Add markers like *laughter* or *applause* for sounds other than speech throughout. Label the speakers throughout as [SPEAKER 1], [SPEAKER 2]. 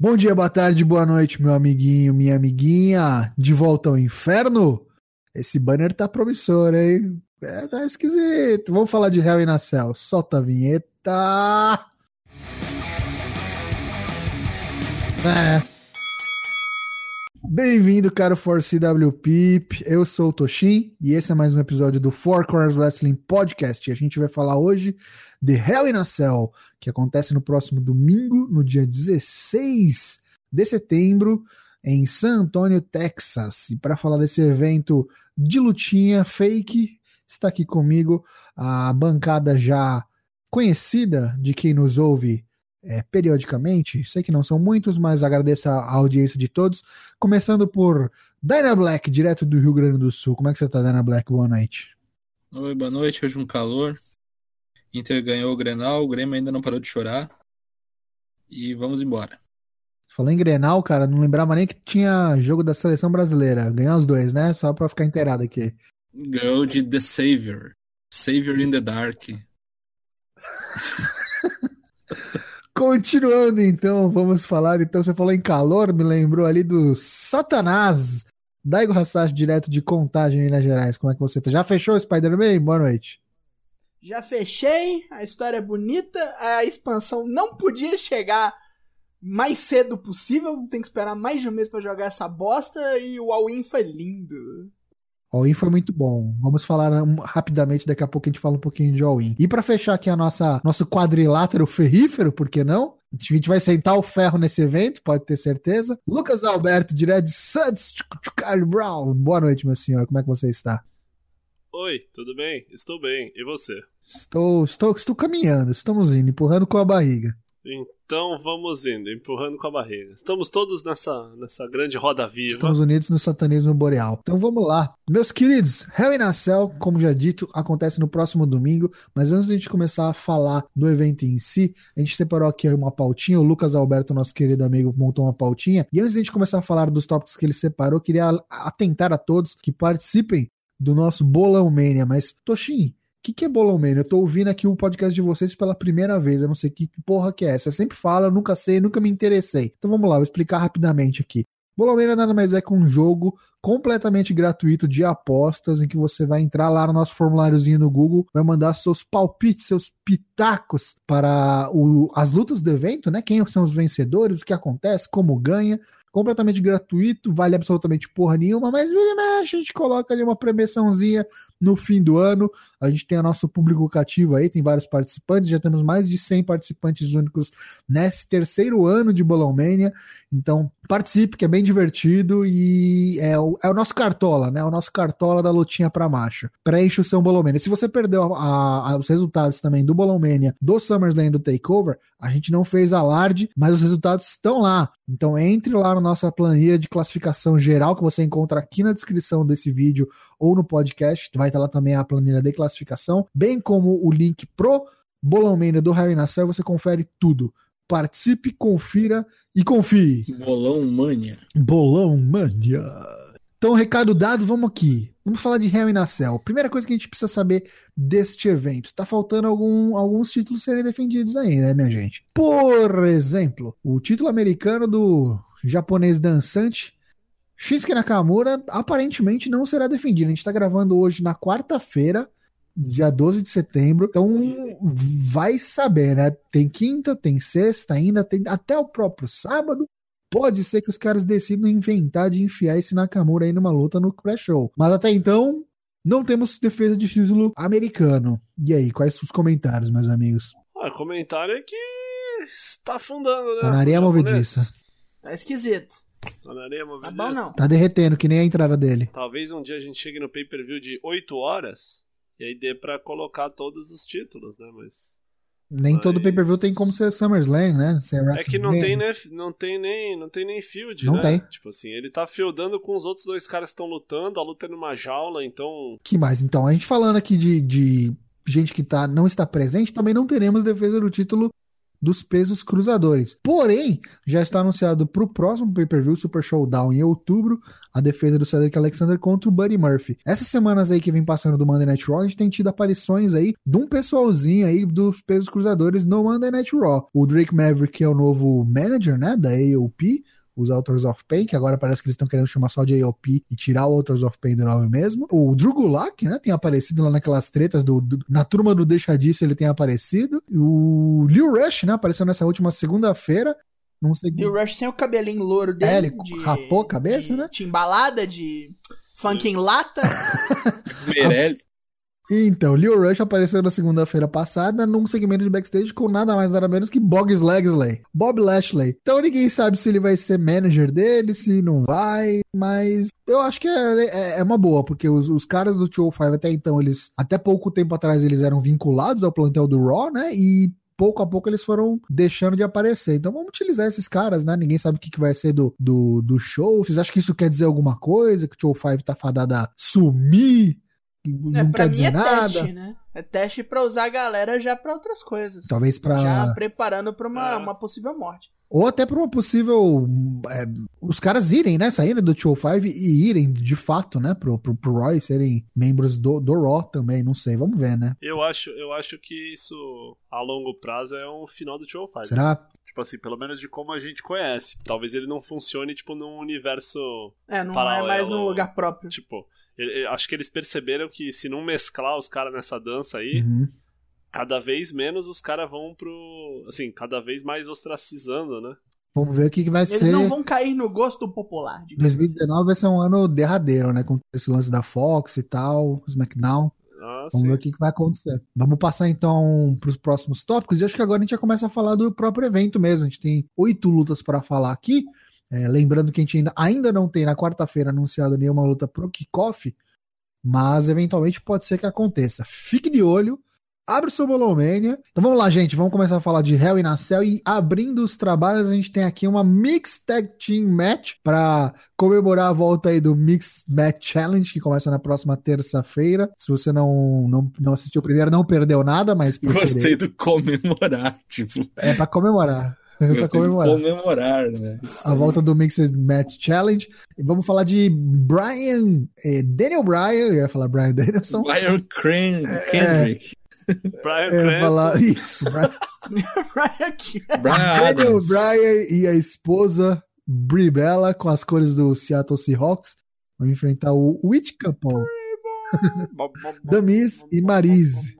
[SPEAKER 1] Bom dia, boa tarde, boa noite, meu amiguinho, minha amiguinha. De volta ao inferno? Esse banner tá promissor, hein? É, tá esquisito. Vamos falar de Hell in a Cell. Solta a vinheta. É. Bem-vindo, caro 4CW Pip. Eu sou o Toshin e esse é mais um episódio do Four Corners Wrestling Podcast. E a gente vai falar hoje de Hell in a Cell, que acontece no próximo domingo, no dia 16 de setembro, em San Antonio, Texas. E para falar desse evento de lutinha fake, está aqui comigo a bancada já conhecida de quem nos ouve é, periodicamente. Sei que não são muitos, mas agradeço a audiência de todos. Começando por Dyna Black, direto do Rio Grande do Sul. Como é que você tá, Dyna Black? Boa noite.
[SPEAKER 2] Oi, boa noite. Hoje um calor. Inter ganhou o Grenal, o Grêmio ainda não parou de chorar. E vamos embora.
[SPEAKER 1] Falou em Grenal, cara, não lembrava nem que tinha jogo da seleção brasileira. Ganhar os dois, né? Só pra ficar inteirado aqui.
[SPEAKER 2] Ganhou de The Savior. Savior in the Dark.
[SPEAKER 1] Continuando então, vamos falar. Então, você falou em calor, me lembrou ali do Satanás. Daigo Hassashi, direto de Contagem, Minas Gerais. Como é que você tá? Já fechou o Spider-Man? Boa noite.
[SPEAKER 3] Já fechei, a história é bonita, a expansão não podia chegar mais cedo possível, tem que esperar mais de um mês pra jogar essa bosta e o all-in foi lindo.
[SPEAKER 1] All-in foi muito bom. Vamos falar um, rapidamente, daqui a pouco a gente fala um pouquinho de All-in. E para fechar aqui a nossa nosso quadrilátero ferrífero, por que não? A gente vai sentar o ferro nesse evento, pode ter certeza. Lucas Alberto, direto de Santos, Carlos Brown. Boa noite, meu senhor. Como é que você está?
[SPEAKER 4] Oi, tudo bem? Estou bem. E você?
[SPEAKER 1] Estou, estou, estou caminhando, estamos indo, empurrando com a barriga.
[SPEAKER 4] Então vamos indo, empurrando com a barriga. Estamos todos nessa, nessa grande roda viva.
[SPEAKER 1] Estamos unidos no satanismo boreal. Então vamos lá. Meus queridos, Hell in a Cell, como já dito, acontece no próximo domingo. Mas antes de a gente começar a falar do evento em si, a gente separou aqui uma pautinha. O Lucas Alberto, nosso querido amigo, montou uma pautinha. E antes de a gente começar a falar dos tópicos que ele separou, queria atentar a todos que participem do nosso Bolão Mania. Mas, Toshin, o que, que é Bolão Mania? Eu tô ouvindo aqui o podcast de vocês pela primeira vez. Eu não sei que, que porra que é essa. Eu sempre falo, eu nunca sei, nunca me interessei. Então vamos lá, vou explicar rapidamente aqui. Bolão Mania nada mais é que um jogo completamente gratuito de apostas em que você vai entrar lá no nosso formuláriozinho no Google, vai mandar seus palpites, seus pitacos para o, as lutas do evento, né? Quem são os vencedores, o que acontece, como ganha completamente gratuito, vale absolutamente porra nenhuma, mas vira mexe, a gente coloca ali uma premiaçãozinha no fim do ano. A gente tem o nosso público cativo aí, tem vários participantes, já temos mais de 100 participantes únicos nesse terceiro ano de Bolão Mania. Então, participe, que é bem divertido e é o, é o nosso cartola, né? É o nosso cartola da lotinha para macho. Preencha o seu Bolão Mania. Se você perdeu a, a, os resultados também do Bolão Mania, do SummerSlam do Takeover, a gente não fez alarde, mas os resultados estão lá. Então, entre lá no nossa planilha de classificação geral que você encontra aqui na descrição desse vídeo ou no podcast. Vai estar lá também a planilha de classificação, bem como o link pro Bolão Mania do Harry Nassau. Você confere tudo. Participe, confira e confie.
[SPEAKER 2] Bolão Mania.
[SPEAKER 1] Bolão Mania. Então, recado dado, vamos aqui. Vamos falar de Hell in a Cell. Primeira coisa que a gente precisa saber deste evento. Tá faltando algum, alguns títulos serem defendidos aí, né, minha gente? Por exemplo, o título americano do japonês dançante. Shinsuke Nakamura aparentemente não será defendido. A gente está gravando hoje na quarta-feira, dia 12 de setembro. Então vai saber, né? Tem quinta, tem sexta ainda, tem até o próprio sábado. Pode ser que os caras decidam inventar de enfiar esse Nakamura aí numa luta no pré-show. Mas até então, não temos defesa de título americano. E aí, quais os comentários, meus amigos?
[SPEAKER 4] Ah, comentário é que está afundando, né?
[SPEAKER 1] Tá na areia movediça.
[SPEAKER 3] Tá esquisito.
[SPEAKER 4] Tá na areia movediça.
[SPEAKER 3] Tá bom não.
[SPEAKER 1] Tá derretendo, que nem a entrada dele.
[SPEAKER 4] Talvez um dia a gente chegue no pay-per-view de 8 horas e aí dê pra colocar todos os títulos, né? Mas.
[SPEAKER 1] Nem
[SPEAKER 4] Mas...
[SPEAKER 1] todo pay-per-view tem como ser SummerSlam, né? Ser
[SPEAKER 4] É que não tem, né, não tem nem não tem nem field,
[SPEAKER 1] Não
[SPEAKER 4] né?
[SPEAKER 1] tem.
[SPEAKER 4] Tipo assim, ele tá fieldando com os outros dois caras que estão lutando, a luta é numa jaula, então.
[SPEAKER 1] Que mais? Então, a gente falando aqui de, de gente que tá, não está presente, também não teremos defesa do título dos pesos cruzadores. Porém, já está anunciado para o próximo pay-per-view Super Showdown em outubro, a defesa do Cedric Alexander contra o Buddy Murphy. Essas semanas aí que vem passando do Monday Night Raw, a gente tem tido aparições aí de um pessoalzinho aí dos pesos cruzadores no Monday Night Raw. O Drake Maverick, que é o novo manager, né, da AOP, os Authors of Pain, que agora parece que eles estão querendo chamar só de AOP e tirar o Authors of Pain do nome mesmo. O Drew Gulak, né, tem aparecido lá naquelas tretas do, do- na turma do Deixa Disso, ele tem aparecido. O Lil Rush, né, apareceu nessa última segunda-feira, não sei
[SPEAKER 3] E o Rush sem o cabelinho louro dele.
[SPEAKER 1] É, ele rapou a cabeça,
[SPEAKER 3] de
[SPEAKER 1] né?
[SPEAKER 3] Timbalada, de funk em lata.
[SPEAKER 2] Meirelles.
[SPEAKER 1] Então, Lil Rush apareceu na segunda-feira passada num segmento de backstage com nada mais nada menos que Boggs Legsley, Bob Lashley. Então ninguém sabe se ele vai ser manager dele, se não vai, mas eu acho que é, é- é uma boa, porque os, os caras do 205 até então, eles, até pouco tempo atrás, eles eram vinculados ao plantel do Raw, né? E pouco a pouco eles foram deixando de aparecer. Então vamos utilizar esses caras, né? Ninguém sabe o que, que vai ser do, do, do show. Vocês acham que isso quer dizer alguma coisa? Que o 205 tá fadado a sumir? Que *laughs*
[SPEAKER 3] É,
[SPEAKER 1] não quer
[SPEAKER 3] pra mim é
[SPEAKER 1] dizer nada?
[SPEAKER 3] teste, né? É teste pra usar a galera já pra outras coisas.
[SPEAKER 1] Talvez
[SPEAKER 3] Já
[SPEAKER 1] pra.
[SPEAKER 3] preparando pra uma,
[SPEAKER 4] Ah.
[SPEAKER 3] uma possível morte.
[SPEAKER 1] Ou até pra uma possível. é, os caras irem, né? Saírem do 205 e irem de fato, né? Pro, pro, pro Roy serem membros do, do Raw também. Não sei, vamos ver, né?
[SPEAKER 4] Eu acho, eu acho que isso a longo prazo é um final do 205.
[SPEAKER 1] Será?
[SPEAKER 4] Tipo assim, pelo menos de como a gente conhece. Talvez ele não funcione, tipo, num universo.
[SPEAKER 3] É, não
[SPEAKER 4] Paralelo.
[SPEAKER 3] é mais um lugar próprio.
[SPEAKER 4] Tipo, ele- ele- acho que eles perceberam que se não mesclar os caras nessa dança aí,
[SPEAKER 1] Uhum.
[SPEAKER 4] cada vez menos os caras vão pro. Assim, cada vez mais ostracizando, né?
[SPEAKER 1] Vamos ver o que, que vai
[SPEAKER 3] Eles
[SPEAKER 1] ser.
[SPEAKER 3] não vão cair no gosto popular. digamos assim.
[SPEAKER 1] 2019 vai ser um ano derradeiro, né? Com esse lance da Fox e tal, SmackDown.
[SPEAKER 4] Ah,
[SPEAKER 1] Vamos ver
[SPEAKER 4] sim.
[SPEAKER 1] o que, que vai acontecer. Vamos passar então para os próximos tópicos. E acho que agora a gente já começa a falar do próprio evento mesmo. A gente tem oito lutas para falar aqui. É, lembrando que a gente ainda, ainda não tem na quarta-feira anunciado nenhuma luta para o kickoff, mas eventualmente pode ser que aconteça. Fique de olho. Abre o seu Bolomania. Então vamos lá, gente. Vamos começar a falar de Hell in a Cell. E abrindo os trabalhos, a gente tem aqui uma Mixed Tag Team Match para comemorar a volta aí do Mix Match Challenge, que começa na próxima terça-feira. Se você não, não, não assistiu o primeiro, não perdeu nada, mas
[SPEAKER 2] Gostei do comemorar, tipo.
[SPEAKER 1] é para comemorar. É
[SPEAKER 2] Gostei
[SPEAKER 1] pra
[SPEAKER 2] de
[SPEAKER 1] comemorar.
[SPEAKER 2] comemorar, né?
[SPEAKER 1] A volta do Mixed Match Challenge. E vamos falar de Brian. eh, Daniel Bryan, eu ia falar Brian Danielson.
[SPEAKER 2] Byron Cran Kendrick.
[SPEAKER 4] Brian
[SPEAKER 1] Eu ia
[SPEAKER 4] Cranston,
[SPEAKER 1] falar isso. Brian,
[SPEAKER 3] *laughs* Brian Ke-
[SPEAKER 1] *laughs*
[SPEAKER 2] Brian
[SPEAKER 1] Daniel
[SPEAKER 2] Ah, Adams.
[SPEAKER 1] Bryan e a esposa Brie Bella com as cores do Seattle Seahawks vão enfrentar o Witch Couple,
[SPEAKER 4] *laughs*
[SPEAKER 1] Damis e Marise.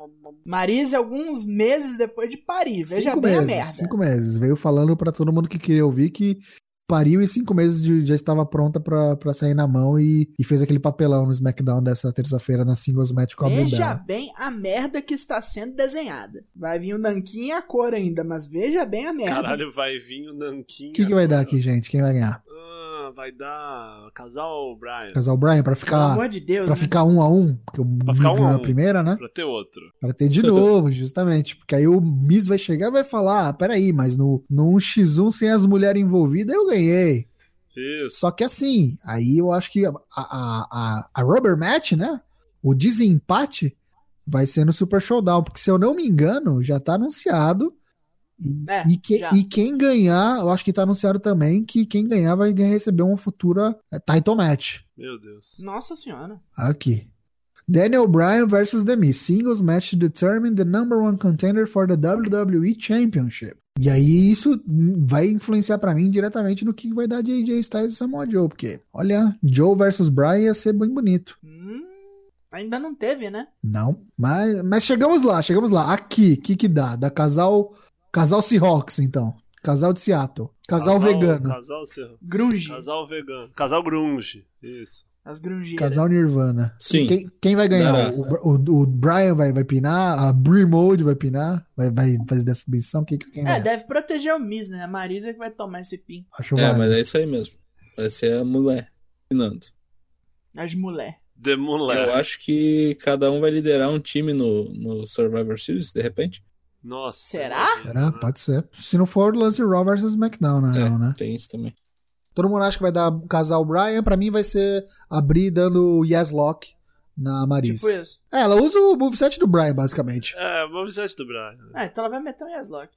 [SPEAKER 3] Marise, alguns meses depois de Paris. Veja
[SPEAKER 1] cinco
[SPEAKER 3] bem
[SPEAKER 1] meses,
[SPEAKER 3] a merda.
[SPEAKER 1] Cinco meses. Veio falando pra todo mundo que queria ouvir que pariu e cinco meses de- já estava pronta pra pra sair na mão e, e fez aquele papelão no SmackDown dessa terça-feira na singles match com a Brie
[SPEAKER 3] Veja
[SPEAKER 1] Bella.
[SPEAKER 3] bem a merda que está sendo desenhada. Vai vir o Nanquim e a cor ainda, mas veja bem a merda.
[SPEAKER 4] Caralho, vai vir o Nanquinho.
[SPEAKER 1] O que, que vai dar aqui, gente? Quem vai ganhar?
[SPEAKER 4] Ah, vai dar casal Brian.
[SPEAKER 1] Casal Brian pra
[SPEAKER 3] Pelo
[SPEAKER 1] ficar
[SPEAKER 3] amor de Deus,
[SPEAKER 1] para
[SPEAKER 3] né?
[SPEAKER 1] ficar um a um, porque o Miz
[SPEAKER 4] ficar um a
[SPEAKER 1] ganhou a
[SPEAKER 4] um.
[SPEAKER 1] primeira, né?
[SPEAKER 4] Pra ter outro.
[SPEAKER 1] Pra ter de novo, justamente. Porque aí o Miz vai chegar e vai falar: ah, peraí, mas no, no 1x1 sem as mulheres envolvidas eu ganhei.
[SPEAKER 4] Isso.
[SPEAKER 1] Só que assim, aí eu acho que a, a, a, a rubber match, né? O desempate vai ser no Super Showdown. Porque se eu não me engano, já tá anunciado. E,
[SPEAKER 3] É,
[SPEAKER 1] e, que-
[SPEAKER 3] já.
[SPEAKER 1] e quem ganhar, eu acho que tá anunciado também que quem ganhar vai ganhar- receber uma futura eh, title match.
[SPEAKER 4] Meu Deus.
[SPEAKER 3] Nossa senhora.
[SPEAKER 1] Aqui. Daniel Bryan versus The Miz. Singles match to determine the number one contender for the WWE Championship. E aí isso hum, vai influenciar pra mim diretamente no que vai dar de AJ Styles e Samoa Joe, porque olha, Joe versus Bryan ia ser bem bonito.
[SPEAKER 3] Hum, ainda não teve, né?
[SPEAKER 1] Não, mas, mas chegamos lá, chegamos lá. Aqui, o que que dá? Da casal casal Seahawks então. Casal de Seattle. Casal, vegano.
[SPEAKER 4] Casal, ser-
[SPEAKER 3] Grunge.
[SPEAKER 4] casal vegano. Casal grunge. Isso.
[SPEAKER 3] As grungeiras.
[SPEAKER 1] Casal Nirvana.
[SPEAKER 2] Sim.
[SPEAKER 1] Quem, quem vai ganhar?
[SPEAKER 2] Dará.
[SPEAKER 1] O, o, o Brian vai, vai pinar? A Brie Mode vai pinar? Vai, vai fazer da submissão? Quem, quem
[SPEAKER 3] É,
[SPEAKER 1] vai?
[SPEAKER 3] deve proteger o Miz, né? A Marisa que vai tomar esse pin.
[SPEAKER 1] Acho
[SPEAKER 2] É,
[SPEAKER 1] válido.
[SPEAKER 2] mas é isso aí mesmo. Vai ser a mulher. Fernando.
[SPEAKER 3] As mulher.
[SPEAKER 4] The
[SPEAKER 2] Eu
[SPEAKER 4] Moonlight.
[SPEAKER 2] acho que cada um vai liderar um time no, no Survivor Series, de repente.
[SPEAKER 4] Nossa.
[SPEAKER 3] Será?
[SPEAKER 1] Será? Pode ser. Se não for, Lance Raw versus SmackDown,
[SPEAKER 2] É.
[SPEAKER 1] na real, né?
[SPEAKER 2] Tem isso também.
[SPEAKER 1] Todo mundo acha que vai dar casal Brian. Pra mim vai ser a Brie dando o Yes Lock na Maris.
[SPEAKER 3] Tipo isso.
[SPEAKER 1] É, ela usa o moveset do Brian, basicamente.
[SPEAKER 4] É, vamos do Brian.
[SPEAKER 3] Ah, então ela vai meter um Yaslock.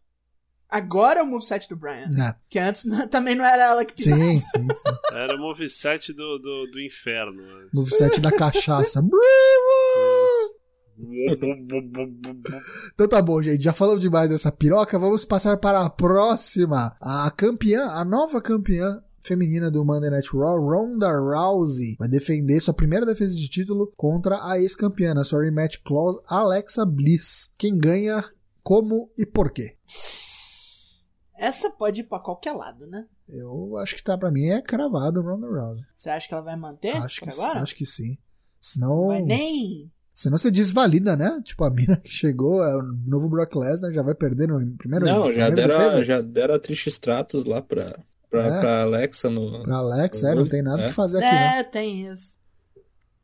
[SPEAKER 3] Agora é o moveset do Brian.
[SPEAKER 1] É.
[SPEAKER 3] Que antes *laughs* não- também não era ela que pisava.
[SPEAKER 1] Sim, sim, sim.
[SPEAKER 4] Era o moveset do, do, do inferno. né?
[SPEAKER 1] Moveset
[SPEAKER 3] *laughs*
[SPEAKER 1] da cachaça. Então tá bom, gente. Já falamos demais dessa piroca. Vamos passar para a próxima. A campeã, a nova campeã feminina do Monday Night Raw, Ronda Rousey, vai defender sua primeira defesa de título contra a ex-campeã, na sua rematch clause, Alexa Bliss. Quem ganha, como e por quê?
[SPEAKER 3] Essa pode ir pra qualquer lado, né?
[SPEAKER 1] Eu acho que tá pra mim é cravado Ronda Rousey.
[SPEAKER 3] Você acha que ela vai
[SPEAKER 2] É?
[SPEAKER 3] manter?
[SPEAKER 1] acho,
[SPEAKER 3] por
[SPEAKER 1] que,
[SPEAKER 3] agora?
[SPEAKER 1] acho que sim.
[SPEAKER 3] Não
[SPEAKER 1] Senão,
[SPEAKER 3] vai nem.
[SPEAKER 1] senão você desvalida, né? Tipo, a mina que chegou, é o novo Brock Lesnar, já vai perder no primeiro
[SPEAKER 2] Não, já
[SPEAKER 1] primeira
[SPEAKER 2] deram, a,
[SPEAKER 1] defesa.
[SPEAKER 2] já deram a Trish Stratus lá pra, pra,
[SPEAKER 1] É.
[SPEAKER 2] pra Alexa no.
[SPEAKER 1] Pra Alex, é, não tem nada
[SPEAKER 2] É.
[SPEAKER 1] que fazer aqui. né? Não.
[SPEAKER 3] É, tem isso.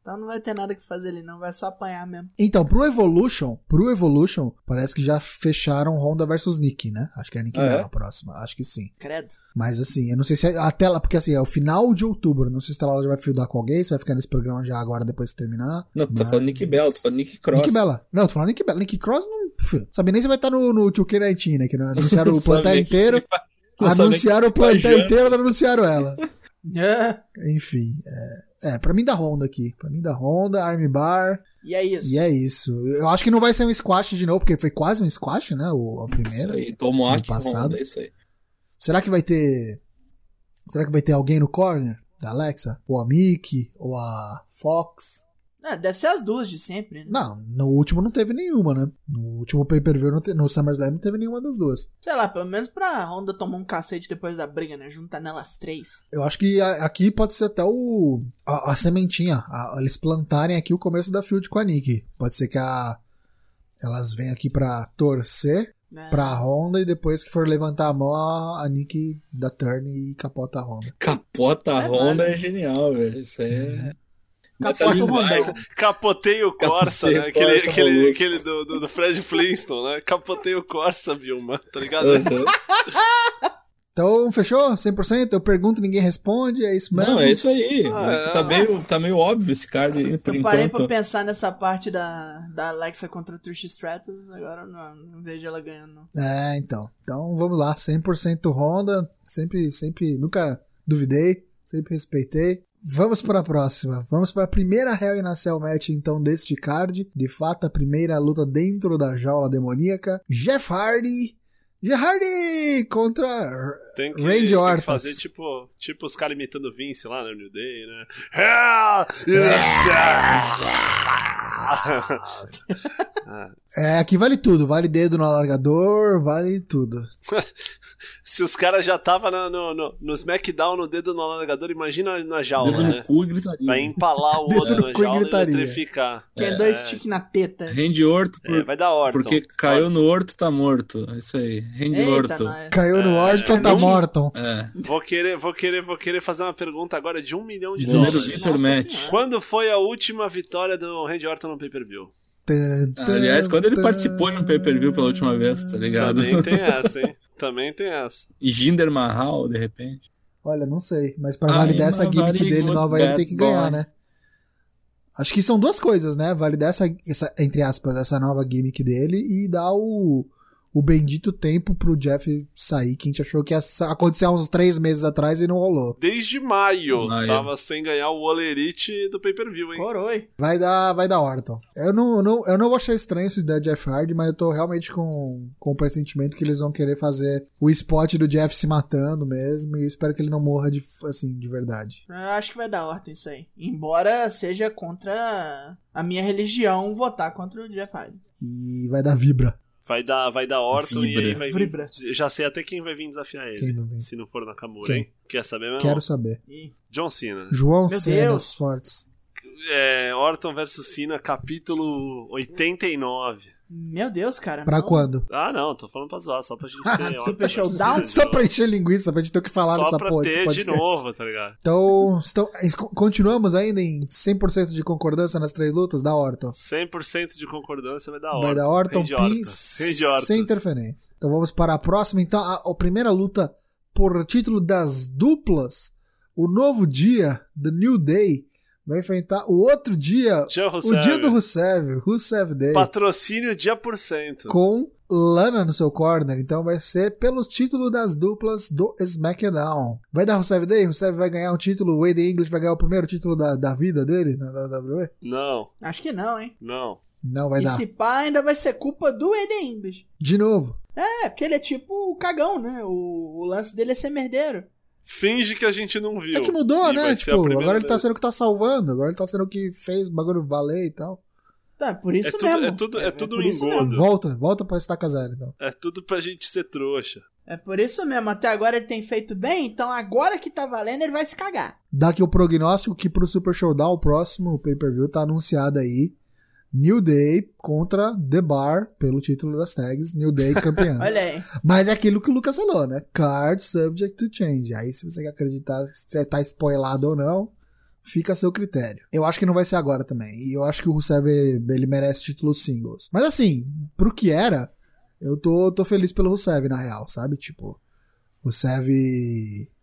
[SPEAKER 3] Então não vai ter nada que fazer ali, não. Vai só apanhar mesmo.
[SPEAKER 1] Então, pro Evolution, pro Evolution, parece que já fecharam Honda versus Nick, né? Acho que é a Nick
[SPEAKER 2] Ah, é?
[SPEAKER 1] Bella a próxima, acho que sim. *laughs*
[SPEAKER 3] Credo.
[SPEAKER 1] Mas assim, eu não sei se a tela, porque assim, é o final de outubro, não sei se ela já vai fildar com alguém, se vai ficar nesse programa já agora depois que terminar.
[SPEAKER 2] Não, tu tá
[SPEAKER 1] Mas-
[SPEAKER 2] falando Nick Bell, tu falando Nick Cross.
[SPEAKER 1] Nick Bella. Não, tô falando Nick Bella. Nick Cross não. pff, Sabe nem se vai estar no, no 2K19, né? Que não anunciaram
[SPEAKER 2] *laughs*
[SPEAKER 1] o plantel
[SPEAKER 2] Sabia que-
[SPEAKER 1] inteiro.
[SPEAKER 2] Não sabia
[SPEAKER 1] Anunciaram o
[SPEAKER 2] que- tá
[SPEAKER 1] plantel inteiro, não anunciaram ela.
[SPEAKER 3] Ah,
[SPEAKER 1] Enfim, é, é, pra mim da Honda aqui. Pra mim da Honda, Army Bar.
[SPEAKER 3] E é isso.
[SPEAKER 1] E é isso. Eu acho que não vai ser um squash de novo, porque foi quase um squash, né? O, o
[SPEAKER 2] Isso
[SPEAKER 1] primeiro.
[SPEAKER 2] aí, Tomoaki
[SPEAKER 1] Ano passado.
[SPEAKER 2] Honda, é isso aí.
[SPEAKER 1] Será que vai ter. Será que vai ter alguém no corner? Da Alexa? Ou a Mickey? Ou a Fox?
[SPEAKER 3] Ah, deve ser as duas de sempre, né?
[SPEAKER 1] Não, no último não teve nenhuma, né? No último pay per view, não te- no SummerSlam, não teve nenhuma das duas.
[SPEAKER 3] Sei lá, pelo menos pra Honda tomar um cacete depois da briga, né? Juntar nelas três.
[SPEAKER 1] Eu acho que a- aqui pode ser até o. A, a sementinha. a- eles plantarem aqui o começo da field com a Nick. Pode ser que a. Elas venham aqui pra torcer
[SPEAKER 3] né?
[SPEAKER 1] pra Honda e depois que for levantar a mão, a, a Nick dá turn e capota a Honda.
[SPEAKER 2] Capota
[SPEAKER 3] É,
[SPEAKER 2] Honda
[SPEAKER 3] vale.
[SPEAKER 2] é genial, velho. Isso aí é.
[SPEAKER 3] Capota
[SPEAKER 2] Metalinguagem.
[SPEAKER 3] Rondão.
[SPEAKER 1] né?
[SPEAKER 4] Capotei o Corsa, né?
[SPEAKER 2] Capotei o
[SPEAKER 4] Aquele,
[SPEAKER 2] Corsa,
[SPEAKER 4] aquele,
[SPEAKER 2] maluco.
[SPEAKER 4] aquele do, do, do Fred Flintstone, né? Capotei o Corsa, Vilma, tá ligado?
[SPEAKER 1] *laughs*
[SPEAKER 2] Uhum.
[SPEAKER 1] Então, fechou? 100%? Eu pergunto, ninguém responde, é isso mesmo?
[SPEAKER 2] Não, é isso aí.
[SPEAKER 4] Ah,
[SPEAKER 2] tá,
[SPEAKER 4] é.
[SPEAKER 2] meio, tá meio óbvio esse card aí, por
[SPEAKER 3] Eu parei pra
[SPEAKER 2] enquanto.
[SPEAKER 3] pensar nessa parte da, da Alexa contra o Trish Stratus, agora eu não, não vejo ela ganhando. não.
[SPEAKER 1] É, então. Então, vamos lá. 100% Honda. Sempre, sempre, nunca duvidei. Sempre respeitei. Vamos para a próxima. Vamos para a primeira Hell in a Cell match, então, deste card. De fato, a primeira luta dentro da jaula demoníaca. Jeff Hardy. Jeff Hardy contra...
[SPEAKER 4] Tem que,
[SPEAKER 1] Randy
[SPEAKER 4] tem que
[SPEAKER 1] Orton.
[SPEAKER 4] fazer tipo, tipo os caras imitando o Vince lá no New Day, né? Hell
[SPEAKER 1] *laughs*
[SPEAKER 4] yes!
[SPEAKER 1] É, aqui vale tudo. Vale dedo no alargador, vale tudo.
[SPEAKER 4] Se os caras já estavam no, no, no, no SmackDown no dedo no alargador, imagina na jaula,
[SPEAKER 2] Dedo
[SPEAKER 4] né?
[SPEAKER 2] no cu e gritaria.
[SPEAKER 4] Vai empalar
[SPEAKER 1] *laughs*
[SPEAKER 4] o
[SPEAKER 1] Dedo
[SPEAKER 4] outro
[SPEAKER 1] no
[SPEAKER 4] na
[SPEAKER 1] cu e
[SPEAKER 4] jaula e
[SPEAKER 1] gritaria.
[SPEAKER 4] eletrificar.
[SPEAKER 3] Tem é dois tiques na teta.
[SPEAKER 2] Randy Orton, por-
[SPEAKER 4] É, vai dar Orton.
[SPEAKER 2] porque caiu no Orto, tá morto. É isso aí. Randy
[SPEAKER 3] Eita,
[SPEAKER 2] Orton.
[SPEAKER 3] nós.
[SPEAKER 1] Caiu no Orton, tá
[SPEAKER 3] não-
[SPEAKER 1] morto.
[SPEAKER 2] É.
[SPEAKER 4] então. Vou querer, vou, querer, vou querer fazer uma pergunta agora de um milhão de
[SPEAKER 2] Goleiro
[SPEAKER 4] dólares.
[SPEAKER 2] Vitor
[SPEAKER 3] Nossa
[SPEAKER 2] Match.
[SPEAKER 3] Senhora.
[SPEAKER 4] Quando foi a última vitória do Randy Orton no pay-per-view?
[SPEAKER 2] Aliás, quando ele participou de um pay-per-view pela última vez, tá ligado?
[SPEAKER 4] Também tem essa, hein? Também tem essa.
[SPEAKER 2] E Jinder Mahal, de repente.
[SPEAKER 1] Olha, não sei, mas pra
[SPEAKER 2] I'm
[SPEAKER 1] validar essa
[SPEAKER 2] a
[SPEAKER 1] gimmick
[SPEAKER 2] very
[SPEAKER 1] dele
[SPEAKER 2] good
[SPEAKER 1] nova ele
[SPEAKER 2] bad
[SPEAKER 1] tem que ganhar,
[SPEAKER 2] boy.
[SPEAKER 1] né? Acho que são duas coisas, né? Validar essa, essa entre aspas, essa nova gimmick dele e dar o, o bendito tempo pro Jeff sair, que a gente achou que ia sa- acontecer há uns três meses atrás e não rolou.
[SPEAKER 4] Desde maio,
[SPEAKER 2] Maio.
[SPEAKER 4] tava sem ganhar o olerite do pay-per-view, hein?
[SPEAKER 3] Coroi.
[SPEAKER 1] Vai dar, vai dar Orton. Eu não, não, eu não vou achar estranho se der Jeff Hardy, mas eu tô realmente com, com o pressentimento que eles vão querer fazer o spot do Jeff se matando mesmo e eu espero que ele não morra de, f- assim, de verdade.
[SPEAKER 3] Eu acho que vai dar horta isso aí. Embora seja contra a minha religião votar contra o Jeff Hardy.
[SPEAKER 1] E vai dar vibra.
[SPEAKER 4] Vai dar, vai dar Orton e aí
[SPEAKER 2] Vibra.
[SPEAKER 4] vai
[SPEAKER 3] Vibra.
[SPEAKER 4] vir- Já sei até quem vai vir desafiar ele.
[SPEAKER 1] Quem vai vir?
[SPEAKER 4] Se não for Nakamura,
[SPEAKER 1] Quem?
[SPEAKER 4] hein? Quer saber mesmo?
[SPEAKER 1] Quero saber.
[SPEAKER 3] Ih,
[SPEAKER 4] John Cena.
[SPEAKER 1] João
[SPEAKER 3] Meu
[SPEAKER 1] Cenas
[SPEAKER 3] Deus.
[SPEAKER 1] Fortes.
[SPEAKER 4] É, Orton versus Cena, capítulo 89.
[SPEAKER 3] Meu Deus, cara.
[SPEAKER 1] Pra
[SPEAKER 3] não.
[SPEAKER 1] quando?
[SPEAKER 4] Ah, não, tô falando pra zoar, só
[SPEAKER 1] *laughs*
[SPEAKER 4] pra gente ter.
[SPEAKER 3] Super
[SPEAKER 4] Orton versus
[SPEAKER 3] Showdown?
[SPEAKER 4] Cena de
[SPEAKER 1] Só
[SPEAKER 4] novo.
[SPEAKER 1] pra encher linguiça, pra gente ter o que falar
[SPEAKER 4] Só
[SPEAKER 1] dessa
[SPEAKER 4] pra
[SPEAKER 1] porra desse
[SPEAKER 4] ter de
[SPEAKER 1] podcast.
[SPEAKER 4] novo, tá ligado?
[SPEAKER 1] Então, estão- es- continuamos ainda em 100% de concordância nas três lutas? Da então. Orton.
[SPEAKER 4] 100% de concordância vai dar Orton.
[SPEAKER 1] Vai da Orton,
[SPEAKER 4] Randy
[SPEAKER 1] Pin,
[SPEAKER 4] Randy Orton.
[SPEAKER 1] sem interferência. Então vamos para a próxima. Então, a, a primeira luta por título das duplas. O novo dia, The New Day, vai enfrentar o outro dia,
[SPEAKER 4] Jean
[SPEAKER 1] o dia
[SPEAKER 4] Rusev.
[SPEAKER 1] do Rusev, Rusev Day,
[SPEAKER 4] Patrocínio dia por cento.
[SPEAKER 1] com Lana no seu corner, então vai ser pelo título das duplas do SmackDown. Vai dar Rusev Day? Rusev vai ganhar um título, o Wade English vai ganhar o primeiro título da, da vida dele na WWE?
[SPEAKER 4] Não,
[SPEAKER 3] Acho que não, hein?
[SPEAKER 4] não.
[SPEAKER 1] Não vai
[SPEAKER 3] e
[SPEAKER 1] dar.
[SPEAKER 3] se pá, ainda vai ser culpa do Eden English.
[SPEAKER 1] De novo.
[SPEAKER 3] É, porque ele é tipo o cagão, né? O, o lance dele é ser merdeiro.
[SPEAKER 4] Finge que a gente não viu.
[SPEAKER 1] É que mudou,
[SPEAKER 4] E
[SPEAKER 1] né?
[SPEAKER 4] vai ser a
[SPEAKER 1] Tipo,
[SPEAKER 4] primeira
[SPEAKER 1] agora ele tá
[SPEAKER 4] vez.
[SPEAKER 1] sendo o que tá salvando, agora ele tá sendo o que fez o bagulho valer e tal.
[SPEAKER 3] Tá, por isso
[SPEAKER 4] É tudo-
[SPEAKER 3] mesmo.
[SPEAKER 4] é tudo- é tudo
[SPEAKER 3] por isso
[SPEAKER 4] um
[SPEAKER 3] mesmo.
[SPEAKER 4] engodo.
[SPEAKER 1] Volta, volta pra estaca zero, então.
[SPEAKER 4] É tudo pra gente ser trouxa.
[SPEAKER 3] É por isso mesmo. Até agora ele tem feito bem, então agora que tá valendo, ele vai se cagar.
[SPEAKER 1] Dá aqui o prognóstico que pro Super Showdown, o próximo pay-per-view, tá anunciado aí. New Day contra The Bar, pelo título das tags, New Day
[SPEAKER 3] *laughs*
[SPEAKER 1] campeão.
[SPEAKER 3] Olha aí.
[SPEAKER 1] Mas é aquilo que o Lucas falou, né? Card subject to change. Aí se você quer acreditar se você tá spoilado ou não, fica a seu critério. Eu acho que não vai ser agora também. E eu acho que o Rusev, ele merece título singles. Mas assim, pro que era, eu tô, tô feliz pelo Rusev, na real, sabe? Tipo, o Rusev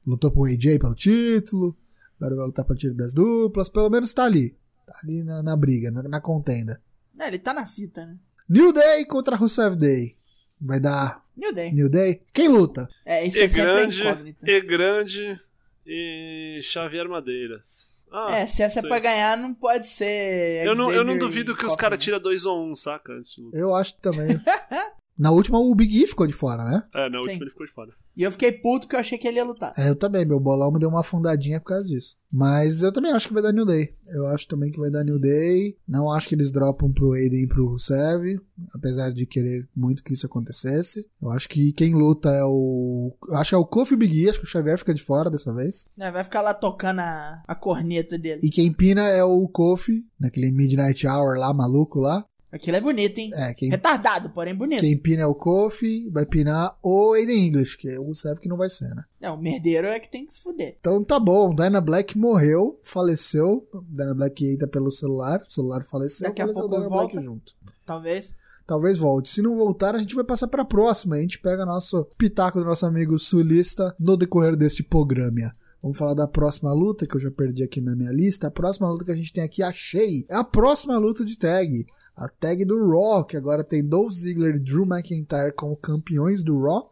[SPEAKER 1] lutou com o AJ pelo título, agora vai lutar pelo título das duplas, pelo menos tá ali. Tá ali na, na briga, na- na contenda.
[SPEAKER 3] É, ele tá na fita, né?
[SPEAKER 1] New Day contra Rusev Day. Vai dar
[SPEAKER 3] New Day.
[SPEAKER 1] New Day? Quem luta?
[SPEAKER 3] É, isso
[SPEAKER 4] E
[SPEAKER 3] é sempre
[SPEAKER 4] grande,
[SPEAKER 3] incógnito.
[SPEAKER 4] e grande e Xavier Madeiras. Ah,
[SPEAKER 3] É, se essa é
[SPEAKER 4] sei.
[SPEAKER 3] pra ganhar, não pode ser.
[SPEAKER 4] Eu não, eu não
[SPEAKER 3] É, Xavier
[SPEAKER 4] duvido que os
[SPEAKER 3] Coffin,
[SPEAKER 4] caras
[SPEAKER 3] né?
[SPEAKER 4] tiram 2 ou 1, um, saca? Antes do-
[SPEAKER 1] Eu acho que também. *laughs* Na última, o Big E ficou de fora, né?
[SPEAKER 4] É, na última
[SPEAKER 3] Sim.
[SPEAKER 4] ele ficou de fora.
[SPEAKER 3] E eu fiquei puto porque eu achei que ele ia lutar.
[SPEAKER 1] É, eu também, meu bolão me deu uma afundadinha por causa disso. Mas eu também acho que vai dar New Day. Eu acho também que vai dar New Day. Não acho que eles dropam pro Aiden e pro Rusev, apesar de querer muito que isso acontecesse. Eu acho que quem luta é o. Eu acho que é o Kofi e o Big E, acho que o Xavier fica de fora dessa vez.
[SPEAKER 3] É, vai ficar lá tocando a, a corneta dele.
[SPEAKER 1] E quem pina é o Kofi, naquele Midnight Hour lá, maluco lá.
[SPEAKER 3] Aquilo é bonito, hein?
[SPEAKER 1] É, quem,
[SPEAKER 3] Retardado, porém bonito.
[SPEAKER 1] quem pina é o Kofi, vai pinar o Aiden English, que é o Rusev que não vai ser, né?
[SPEAKER 3] É, o merdeiro é que tem que se fuder.
[SPEAKER 1] Então tá bom, Dana Black morreu, faleceu. Dana Black entra pelo celular, o celular faleceu,
[SPEAKER 3] Daqui a
[SPEAKER 1] faleceu
[SPEAKER 3] pouco
[SPEAKER 1] Dana
[SPEAKER 3] volta.
[SPEAKER 1] Black junto.
[SPEAKER 3] Talvez.
[SPEAKER 1] Talvez volte. Se não voltar, a gente vai passar pra próxima. A gente pega nosso pitaco do nosso amigo sulista no decorrer deste programa. Vamos falar da próxima luta que eu já perdi aqui na minha lista. A próxima luta que a gente tem aqui, achei, é a próxima luta de tag. A tag do Raw, que agora tem Dolph Ziggler e Drew McIntyre como campeões do Raw,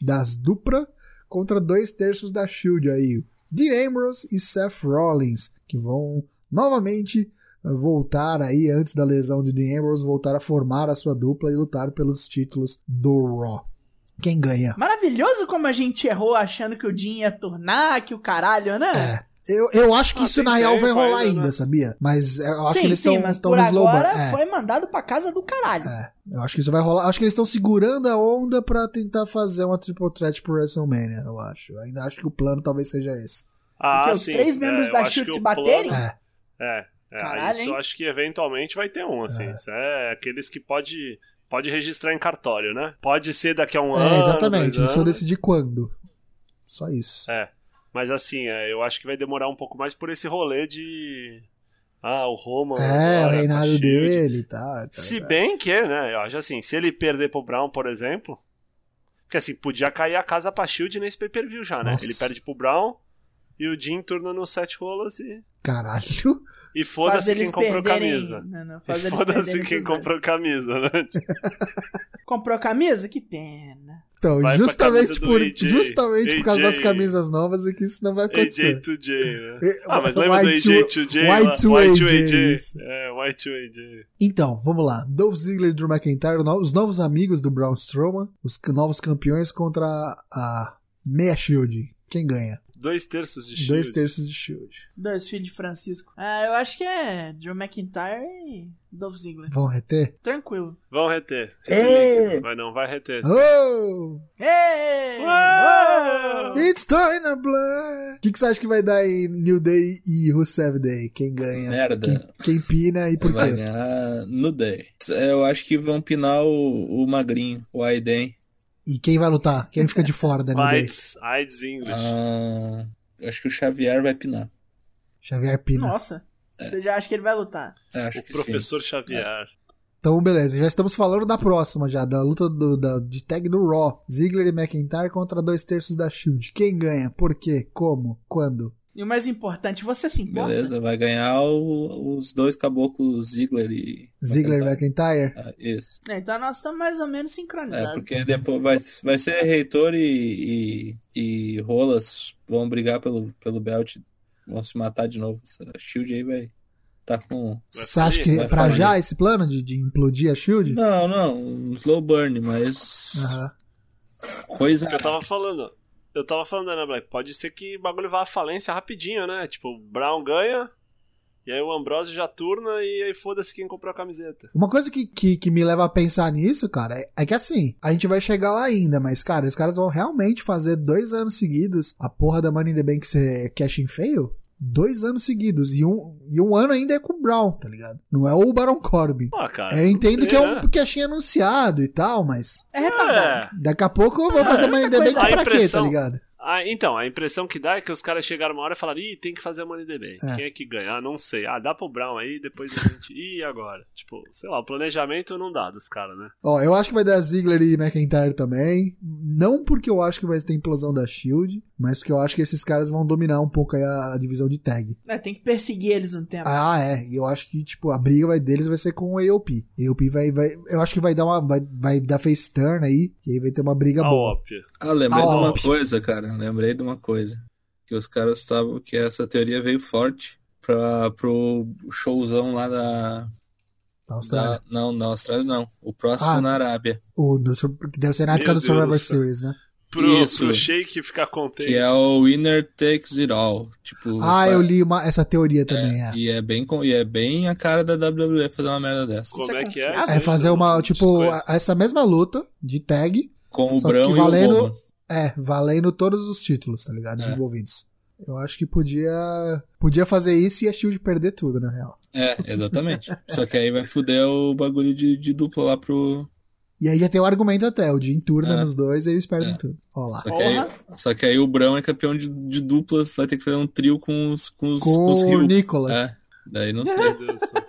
[SPEAKER 1] das dupla, contra dois terços da Shield aí. Dean Ambrose e Seth Rollins, que vão novamente eh, voltar aí, antes da lesão de Dean Ambrose, voltar a formar a sua dupla e lutar pelos títulos do Raw. Quem ganha?
[SPEAKER 3] Maravilhoso como a gente errou achando que o Jim ia tornar, que o caralho, né?
[SPEAKER 1] É. Eu, eu acho que
[SPEAKER 4] Ah,
[SPEAKER 1] isso
[SPEAKER 4] tem
[SPEAKER 1] na real vai
[SPEAKER 4] tempo
[SPEAKER 1] rolar
[SPEAKER 4] ainda,
[SPEAKER 1] ainda,
[SPEAKER 4] né?
[SPEAKER 1] sabia? Mas é, eu acho
[SPEAKER 3] sim,
[SPEAKER 1] que eles
[SPEAKER 3] sim,
[SPEAKER 1] estão
[SPEAKER 3] mas
[SPEAKER 1] estão
[SPEAKER 3] por agora
[SPEAKER 1] É,
[SPEAKER 3] foi mandado pra casa do caralho.
[SPEAKER 1] é. eu acho que isso vai rolar. Acho que eles estão segurando a onda pra tentar fazer uma triple threat pro WrestleMania, eu acho. Eu ainda acho que o plano talvez seja esse.
[SPEAKER 4] Ah,
[SPEAKER 3] Porque os
[SPEAKER 4] sim,
[SPEAKER 3] três
[SPEAKER 4] é,
[SPEAKER 3] membros
[SPEAKER 4] eu
[SPEAKER 3] da
[SPEAKER 4] acho
[SPEAKER 3] Shield
[SPEAKER 4] que
[SPEAKER 3] se
[SPEAKER 4] o
[SPEAKER 3] baterem?
[SPEAKER 4] plano-
[SPEAKER 1] É.
[SPEAKER 4] É, é
[SPEAKER 3] Caralho,
[SPEAKER 4] isso
[SPEAKER 3] hein?
[SPEAKER 4] eu acho que eventualmente vai ter um, assim. Isso é aqueles que pode, pode registrar em cartório, né? Pode ser daqui a um ano.
[SPEAKER 1] É, exatamente.
[SPEAKER 4] dois
[SPEAKER 1] Eles só
[SPEAKER 4] anos.
[SPEAKER 1] decidir quando. Só isso.
[SPEAKER 4] É. Mas assim, é, eu acho que vai demorar um pouco mais por esse rolê de. Ah, o Roman.
[SPEAKER 1] É, o
[SPEAKER 4] agora, com
[SPEAKER 1] reinado
[SPEAKER 4] a Shield.
[SPEAKER 1] dele e tal. tal,
[SPEAKER 4] Se
[SPEAKER 1] tal.
[SPEAKER 4] bem que, né? Eu acho assim, se ele perder pro Brown, por exemplo. Porque assim, podia cair a casa pra Shield nesse pay per view já, né?
[SPEAKER 1] Nossa.
[SPEAKER 4] Ele perde pro Brown e o Jim turna no sete rolas e.
[SPEAKER 1] Caralho.
[SPEAKER 4] E
[SPEAKER 3] Faz
[SPEAKER 4] foda-se quem
[SPEAKER 3] eles
[SPEAKER 4] comprou
[SPEAKER 3] perderem-
[SPEAKER 4] camisa.
[SPEAKER 3] Não, não, faz
[SPEAKER 4] E
[SPEAKER 3] eles
[SPEAKER 4] Foda-se
[SPEAKER 3] perderem né?
[SPEAKER 4] quem
[SPEAKER 3] pros dois.
[SPEAKER 4] comprou camisa, né?
[SPEAKER 3] Comprou camisa? Que pena.
[SPEAKER 1] Então,
[SPEAKER 4] Vai pra
[SPEAKER 1] justamente,
[SPEAKER 4] camisa do
[SPEAKER 1] por,
[SPEAKER 4] AJ.
[SPEAKER 1] justamente por causa
[SPEAKER 4] AJ.
[SPEAKER 1] das camisas novas é que isso não vai acontecer.
[SPEAKER 4] AJ2J, né?
[SPEAKER 1] E-
[SPEAKER 4] Ah, mas
[SPEAKER 1] o
[SPEAKER 4] lembra do
[SPEAKER 1] Y2-
[SPEAKER 4] AJ2J? lá?
[SPEAKER 1] Y2AJ, isso.
[SPEAKER 4] Y2AJ. É, Y2AJ.
[SPEAKER 1] Então, vamos lá. Dolph Ziggler e Drew McIntyre, no- os novos amigos do Braun Strowman, os c- novos campeões contra a Meia Shield. Quem ganha?
[SPEAKER 4] Dois terços de shield.
[SPEAKER 1] Dois terços de Shield.
[SPEAKER 3] Dois filhos de Francisco. Ah, eu acho que é Drew McIntyre e Dolph Ziggler.
[SPEAKER 1] Vão reter?
[SPEAKER 3] Tranquilo.
[SPEAKER 4] Vão reter.
[SPEAKER 2] É.
[SPEAKER 4] Vai não, vai reter.
[SPEAKER 1] Oh!
[SPEAKER 3] Ei!
[SPEAKER 4] Uou!
[SPEAKER 3] Uou!
[SPEAKER 1] It's time to blood! O que, que você acha que vai dar em New Day e Rusev Day? Quem ganha?
[SPEAKER 2] Merda.
[SPEAKER 1] Quem, quem pina e por
[SPEAKER 2] Vai
[SPEAKER 1] quê?
[SPEAKER 2] ganhar no Day. Eu acho que vão pinar o, o Magrinho, o Aiden.
[SPEAKER 1] E quem vai lutar? Quem fica de fora da New Day?
[SPEAKER 4] AIDS, AIDS English.
[SPEAKER 2] Ah, acho que o Xavier vai pinar.
[SPEAKER 1] Xavier Pina.
[SPEAKER 3] Nossa, você já acha que ele vai lutar?
[SPEAKER 2] Acho
[SPEAKER 4] o
[SPEAKER 2] que sim.
[SPEAKER 4] professor Xavier.
[SPEAKER 1] Então, beleza, já estamos falando da próxima já, da luta do, da, de tag do Raw. Ziggler e McIntyre contra dois terços da Shield. Quem ganha? Por quê? Como? Quando?
[SPEAKER 3] E o mais importante, você se importa?
[SPEAKER 2] Beleza, vai ganhar o- os dois caboclos Ziggler e.
[SPEAKER 1] Ziggler McIntyre.
[SPEAKER 2] Ah, Isso.
[SPEAKER 3] É, Então nós estamos mais ou menos
[SPEAKER 2] É,
[SPEAKER 3] sincronizados.
[SPEAKER 2] porque depois vai, vai ser Reitor e, e, e Rolas vão brigar pelo, pelo Belt. Vão se matar de novo. Essa Shield aí vai. Tá com.
[SPEAKER 1] Você acha que
[SPEAKER 2] Vai
[SPEAKER 1] pra
[SPEAKER 2] falir.
[SPEAKER 1] já esse plano de, de implodir a Shield?
[SPEAKER 2] Não, não. Um slow burn, mas.
[SPEAKER 1] Aham.
[SPEAKER 2] Coisa.
[SPEAKER 4] Eu tava falando. Eu tava falando, né, Black? Pode ser que o bagulho vá à falência rapidinho, né? Tipo, o Brown ganha, e aí o Ambrose já turna, e aí foda-se quem comprou a camiseta.
[SPEAKER 1] Uma coisa que, que, que me leva a pensar nisso, cara, é, é que assim, a gente vai chegar lá ainda, mas, cara, os caras vão realmente fazer dois anos seguidos a porra da Money in the Bank ser cash in fail? Dois anos seguidos. E um, e um ano ainda é com o Brown, tá ligado? Não é o Baron Corbin.
[SPEAKER 4] Pô, Ah, cara.
[SPEAKER 1] Eu entendo
[SPEAKER 4] não sei,
[SPEAKER 1] que é um
[SPEAKER 4] né?
[SPEAKER 1] cash anunciado e tal, mas
[SPEAKER 3] É retardado.
[SPEAKER 4] É.
[SPEAKER 1] daqui a pouco eu vou fazer Money in the Bank
[SPEAKER 4] coisa-
[SPEAKER 1] pra
[SPEAKER 4] A
[SPEAKER 1] quê, tá
[SPEAKER 4] impressão-
[SPEAKER 1] ligado?
[SPEAKER 4] Ah, então, a impressão que dá é que os caras chegaram uma hora e falaram: ih, tem que fazer a Money in the Bank.
[SPEAKER 1] É.
[SPEAKER 4] Quem é que ganha? Ah, não sei. Ah, dá pro Brown aí, depois a
[SPEAKER 1] *laughs*
[SPEAKER 4] gente. Ih, e agora? Tipo, sei lá, o planejamento não dá dos caras, né?
[SPEAKER 1] Ó, eu acho que vai dar Ziggler e McIntyre também. Não porque eu acho que vai ter implosão da Shield, mas porque eu acho que esses caras vão dominar um pouco aí a a divisão de tag.
[SPEAKER 3] É, tem que perseguir eles um tempo.
[SPEAKER 1] Ah, é. E eu acho que, tipo, a briga vai, deles vai ser com o AOP. AOP vai, vai. Eu acho que vai dar uma. Vai, vai dar face turn aí. E aí vai ter uma briga
[SPEAKER 4] a
[SPEAKER 1] boa.
[SPEAKER 4] ópia.
[SPEAKER 2] Ah, lembrei
[SPEAKER 1] Ah,
[SPEAKER 2] de uma
[SPEAKER 1] óbvio.
[SPEAKER 2] coisa, cara. Lembrei de uma coisa. Que os caras estavam. Que essa teoria veio forte pra, pro showzão lá da.
[SPEAKER 1] na Austrália.
[SPEAKER 2] da não, na Austrália não. O próximo
[SPEAKER 1] Ah.
[SPEAKER 2] na Arábia.
[SPEAKER 1] O do Sur- que deve ser na
[SPEAKER 4] Meu
[SPEAKER 1] época do
[SPEAKER 4] Deus
[SPEAKER 1] Survivor
[SPEAKER 4] do céu.
[SPEAKER 1] Series, né?
[SPEAKER 4] Pro,
[SPEAKER 2] Isso.
[SPEAKER 4] pro Shake ficar contente.
[SPEAKER 2] Que é o Winner Takes It All. Tipo,
[SPEAKER 1] Ah,
[SPEAKER 2] vai-
[SPEAKER 1] eu li uma- essa teoria também, é.
[SPEAKER 2] E é, bem, com- e é bem a cara da WWE fazer uma merda dessa.
[SPEAKER 4] Como
[SPEAKER 3] Isso é
[SPEAKER 4] é que é?
[SPEAKER 3] confiável.
[SPEAKER 4] isso
[SPEAKER 1] É
[SPEAKER 4] aí?
[SPEAKER 1] fazer uma, tipo,
[SPEAKER 4] Desconheço.
[SPEAKER 1] a- essa mesma luta de tag,
[SPEAKER 2] Com o
[SPEAKER 1] Só que
[SPEAKER 2] Brão e
[SPEAKER 1] valendo-
[SPEAKER 2] o Roman.
[SPEAKER 1] é, valendo todos os títulos, tá ligado?
[SPEAKER 2] É.
[SPEAKER 1] Envolvidos. Eu acho que podia. Podia fazer isso e a Shield perder tudo, na real.
[SPEAKER 2] É, exatamente. Só que aí vai fuder o bagulho de, de dupla lá pro.
[SPEAKER 1] E aí já tem o argumento até, o Jim turna
[SPEAKER 2] É.
[SPEAKER 1] nos dois e eles perdem
[SPEAKER 2] É.
[SPEAKER 1] tudo. Ó lá.
[SPEAKER 2] Só que, aí, só que aí o Brão é campeão de, de duplas, vai ter que fazer um trio com os com os, com
[SPEAKER 1] Com
[SPEAKER 2] os
[SPEAKER 1] o
[SPEAKER 2] Hill.
[SPEAKER 1] Nicholas.
[SPEAKER 2] É, daí não sei.
[SPEAKER 4] *laughs* Meu
[SPEAKER 1] *laughs*
[SPEAKER 4] Deus do céu.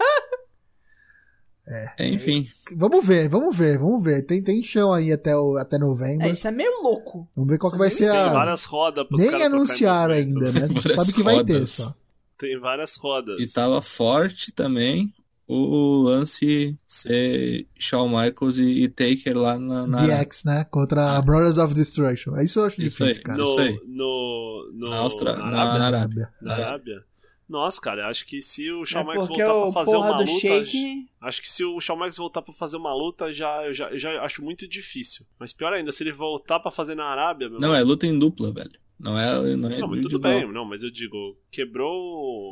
[SPEAKER 2] Enfim,
[SPEAKER 1] Vamos ver, vamos ver, vamos ver. Tem, tem chão aí até, o, até novembro.
[SPEAKER 3] É, isso é meio louco.
[SPEAKER 1] Vamos ver qual que vai ser
[SPEAKER 4] Tem
[SPEAKER 1] a.
[SPEAKER 4] várias rodas pros
[SPEAKER 1] é- Nem
[SPEAKER 4] caras tocarem
[SPEAKER 1] anunciaram
[SPEAKER 4] movimento,
[SPEAKER 1] ainda,
[SPEAKER 4] né?
[SPEAKER 1] né? A gente
[SPEAKER 2] Várias
[SPEAKER 1] sabe que vai ter
[SPEAKER 2] rodas.
[SPEAKER 1] só.
[SPEAKER 4] Tem várias rodas.
[SPEAKER 2] e tava forte também o lance ser Shawn Michaels e, e Taker lá na. na
[SPEAKER 1] DX, né? Contra a Brothers of Destruction. Isso eu acho
[SPEAKER 2] Ah. Isso
[SPEAKER 1] difícil,
[SPEAKER 2] aí.
[SPEAKER 1] cara.
[SPEAKER 4] no,
[SPEAKER 2] isso aí.
[SPEAKER 4] no, no,
[SPEAKER 2] Na Austrália.
[SPEAKER 4] Na Arábia.
[SPEAKER 2] Na Arábia.
[SPEAKER 4] Na Arábia. Nossa, cara, eu acho que se o
[SPEAKER 3] é
[SPEAKER 4] Shawn Michaels
[SPEAKER 3] porque
[SPEAKER 4] voltar pra
[SPEAKER 3] o
[SPEAKER 4] fazer
[SPEAKER 3] porra
[SPEAKER 4] uma
[SPEAKER 3] do
[SPEAKER 4] luta.
[SPEAKER 3] Shake.
[SPEAKER 4] Acho que se o Shawn Michaels voltar pra fazer uma luta, já, eu, já, eu já acho muito difícil. Mas pior ainda, se ele voltar pra fazer na Arábia, meu
[SPEAKER 2] Não, é luta em dupla, velho. Não é. Não, é
[SPEAKER 4] Não, mas
[SPEAKER 2] de
[SPEAKER 4] tudo
[SPEAKER 2] dupla.
[SPEAKER 4] bem, não, mas eu digo, quebrou.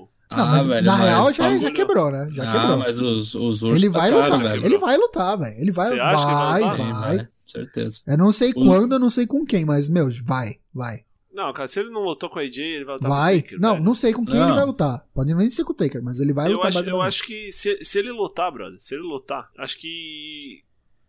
[SPEAKER 4] o-
[SPEAKER 1] Não, mas na
[SPEAKER 2] Ah, mas
[SPEAKER 1] real já,
[SPEAKER 2] bagulho-
[SPEAKER 1] já quebrou, né? Já
[SPEAKER 2] ah,
[SPEAKER 1] quebrou.
[SPEAKER 2] mas os, os ursos
[SPEAKER 1] Ele vai,
[SPEAKER 2] tá caro,
[SPEAKER 1] lutar,
[SPEAKER 2] velho.
[SPEAKER 1] ele vai lutar, velho. Ele vai,
[SPEAKER 4] Você acha que
[SPEAKER 1] vai,
[SPEAKER 4] vai
[SPEAKER 1] vai.
[SPEAKER 4] lutar?
[SPEAKER 2] Sim, né? Certeza.
[SPEAKER 1] Eu não sei
[SPEAKER 2] Os-
[SPEAKER 1] quando, eu não sei com quem, mas, meu, vai, vai.
[SPEAKER 4] Não, cara, se ele não lutou com a AJ, ele vai lutar Tá com
[SPEAKER 1] Vai.
[SPEAKER 4] o Taker,
[SPEAKER 1] Não,
[SPEAKER 4] velho.
[SPEAKER 1] não sei com quem ele
[SPEAKER 2] Não.
[SPEAKER 1] vai lutar. Pode nem ser com o Taker, mas ele vai
[SPEAKER 4] eu
[SPEAKER 1] lutar
[SPEAKER 4] acho, eu
[SPEAKER 1] basicamente.
[SPEAKER 4] acho que se, se ele lutar, brother, se ele lutar, acho que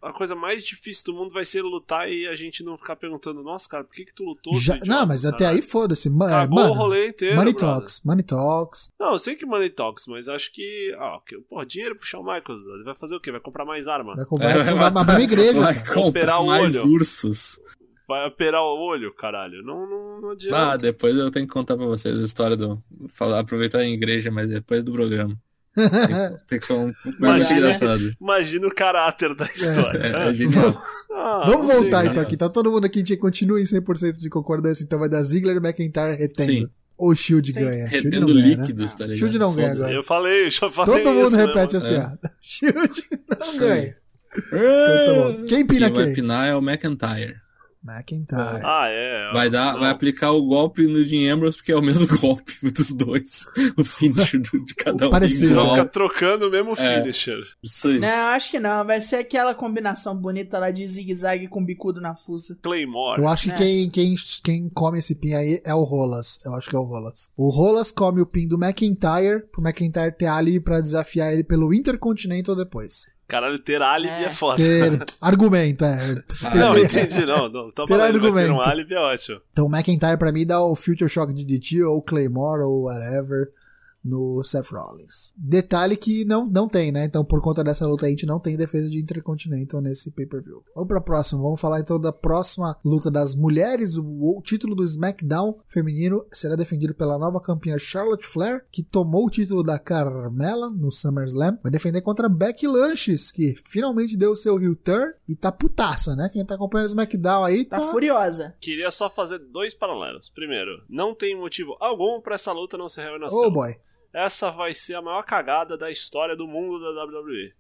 [SPEAKER 4] a coisa mais difícil do mundo vai ser ele lutar e a gente não ficar perguntando, nossa, cara, por que que tu lutou? seu
[SPEAKER 1] Já-
[SPEAKER 4] idiota?"
[SPEAKER 1] não, mas até
[SPEAKER 4] Caralho.
[SPEAKER 1] aí foda-se. Ma- é,
[SPEAKER 4] Cagou o
[SPEAKER 1] Mano,
[SPEAKER 4] rolê inteiro,
[SPEAKER 1] Money
[SPEAKER 4] brother.
[SPEAKER 1] Talks, Money Talks.
[SPEAKER 4] Não, eu sei que Money Talks, mas acho que. Ah, que porra, dinheiro pro Shawn Michaels, brother. Vai fazer o quê? Vai comprar mais arma?
[SPEAKER 1] Vai,
[SPEAKER 4] *laughs*
[SPEAKER 1] com- vai, vai abrir uma igreja.
[SPEAKER 2] vai
[SPEAKER 1] cara.
[SPEAKER 2] comprar
[SPEAKER 4] Operar o
[SPEAKER 2] mais
[SPEAKER 4] olho.
[SPEAKER 2] ursos.
[SPEAKER 4] Vai operar o olho, caralho. Não, não, não adianta.
[SPEAKER 2] Ah, depois eu tenho que contar pra vocês a história do. Falar, aproveitar a igreja, mas depois do programa. Tem que falar um pouco mais
[SPEAKER 1] né?
[SPEAKER 3] Imagina.
[SPEAKER 2] engraçado.
[SPEAKER 4] Imagina o caráter da história.
[SPEAKER 2] É, é genial.
[SPEAKER 4] Ah,
[SPEAKER 1] *laughs* Vamos
[SPEAKER 4] não sei,
[SPEAKER 1] voltar
[SPEAKER 4] cara.
[SPEAKER 1] então aqui. Tá todo mundo aqui, a gente continua em 100% de concordância. Então vai dar Ziggler e McIntyre retendo.
[SPEAKER 2] Sim.
[SPEAKER 1] Ou Shield
[SPEAKER 3] Sim.
[SPEAKER 1] ganha. Shield
[SPEAKER 2] Retendo
[SPEAKER 1] não ganha, né?
[SPEAKER 2] líquidos, tá ligado?
[SPEAKER 1] Shield não ganha
[SPEAKER 2] Foda-se.
[SPEAKER 1] agora.
[SPEAKER 4] Eu falei, eu já falei
[SPEAKER 1] né? Todo mundo
[SPEAKER 4] isso, né,
[SPEAKER 1] repete
[SPEAKER 2] mano?
[SPEAKER 1] a piada. *laughs* Shield não ganha.
[SPEAKER 2] Ah,
[SPEAKER 1] Então tá bom. Quem pina
[SPEAKER 2] Quem
[SPEAKER 1] quem?
[SPEAKER 2] vai pinar é o McIntyre.
[SPEAKER 1] McIntyre.
[SPEAKER 4] Ah, é.
[SPEAKER 2] Vai, dar,
[SPEAKER 4] Não.
[SPEAKER 2] vai aplicar o golpe no Dean Ambrose, porque é o mesmo *laughs* golpe dos dois. O finisher do- de cada um.
[SPEAKER 1] Parecido.
[SPEAKER 4] Vai
[SPEAKER 2] Igual.
[SPEAKER 4] ficar trocando o mesmo
[SPEAKER 2] É.
[SPEAKER 4] finisher.
[SPEAKER 2] Isso aí.
[SPEAKER 3] Não, acho que não. Vai ser aquela combinação bonita lá de zigue-zague com bicudo na fuça.
[SPEAKER 4] Claymore.
[SPEAKER 1] Eu acho que
[SPEAKER 3] É.
[SPEAKER 1] quem, quem, quem come esse pin aí é o Rolas. Eu acho que é o Rolas. O Rolas come o pin do McIntyre, pro McIntyre ter ali pra desafiar ele pelo Intercontinental
[SPEAKER 4] *laughs*
[SPEAKER 1] depois.
[SPEAKER 4] Caralho, ter álibi é,
[SPEAKER 3] É.
[SPEAKER 4] foda.
[SPEAKER 1] Ter argumento, é.
[SPEAKER 4] Não,
[SPEAKER 1] Ter-
[SPEAKER 4] entendi, não. não tô
[SPEAKER 1] Ter
[SPEAKER 4] falando, vai ter um
[SPEAKER 1] argumento.
[SPEAKER 4] álibi é ótimo.
[SPEAKER 1] Então o McIntyre pra mim dá o Future Shock de DT ou o Claymore ou whatever. no Seth Rollins. Detalhe que não, não tem, né? Então, por conta dessa luta, a gente não tem defesa de Intercontinental nesse pay-per-view. Vamos pra próxima. Vamos falar então da próxima luta das mulheres. O, o título do SmackDown feminino será defendido pela nova campeã Charlotte Flair, que tomou o título da Carmela no SummerSlam. Vai defender contra Becky Lynch, que finalmente deu o seu return e tá putaça, né? Quem tá acompanhando o SmackDown aí
[SPEAKER 3] Tá
[SPEAKER 1] tá...
[SPEAKER 3] furiosa.
[SPEAKER 4] Queria só fazer dois paralelos. Primeiro, não tem motivo algum pra essa luta não ser reunião.
[SPEAKER 1] Oh boy.
[SPEAKER 4] Essa vai ser a maior cagada da história do mundo da WWE.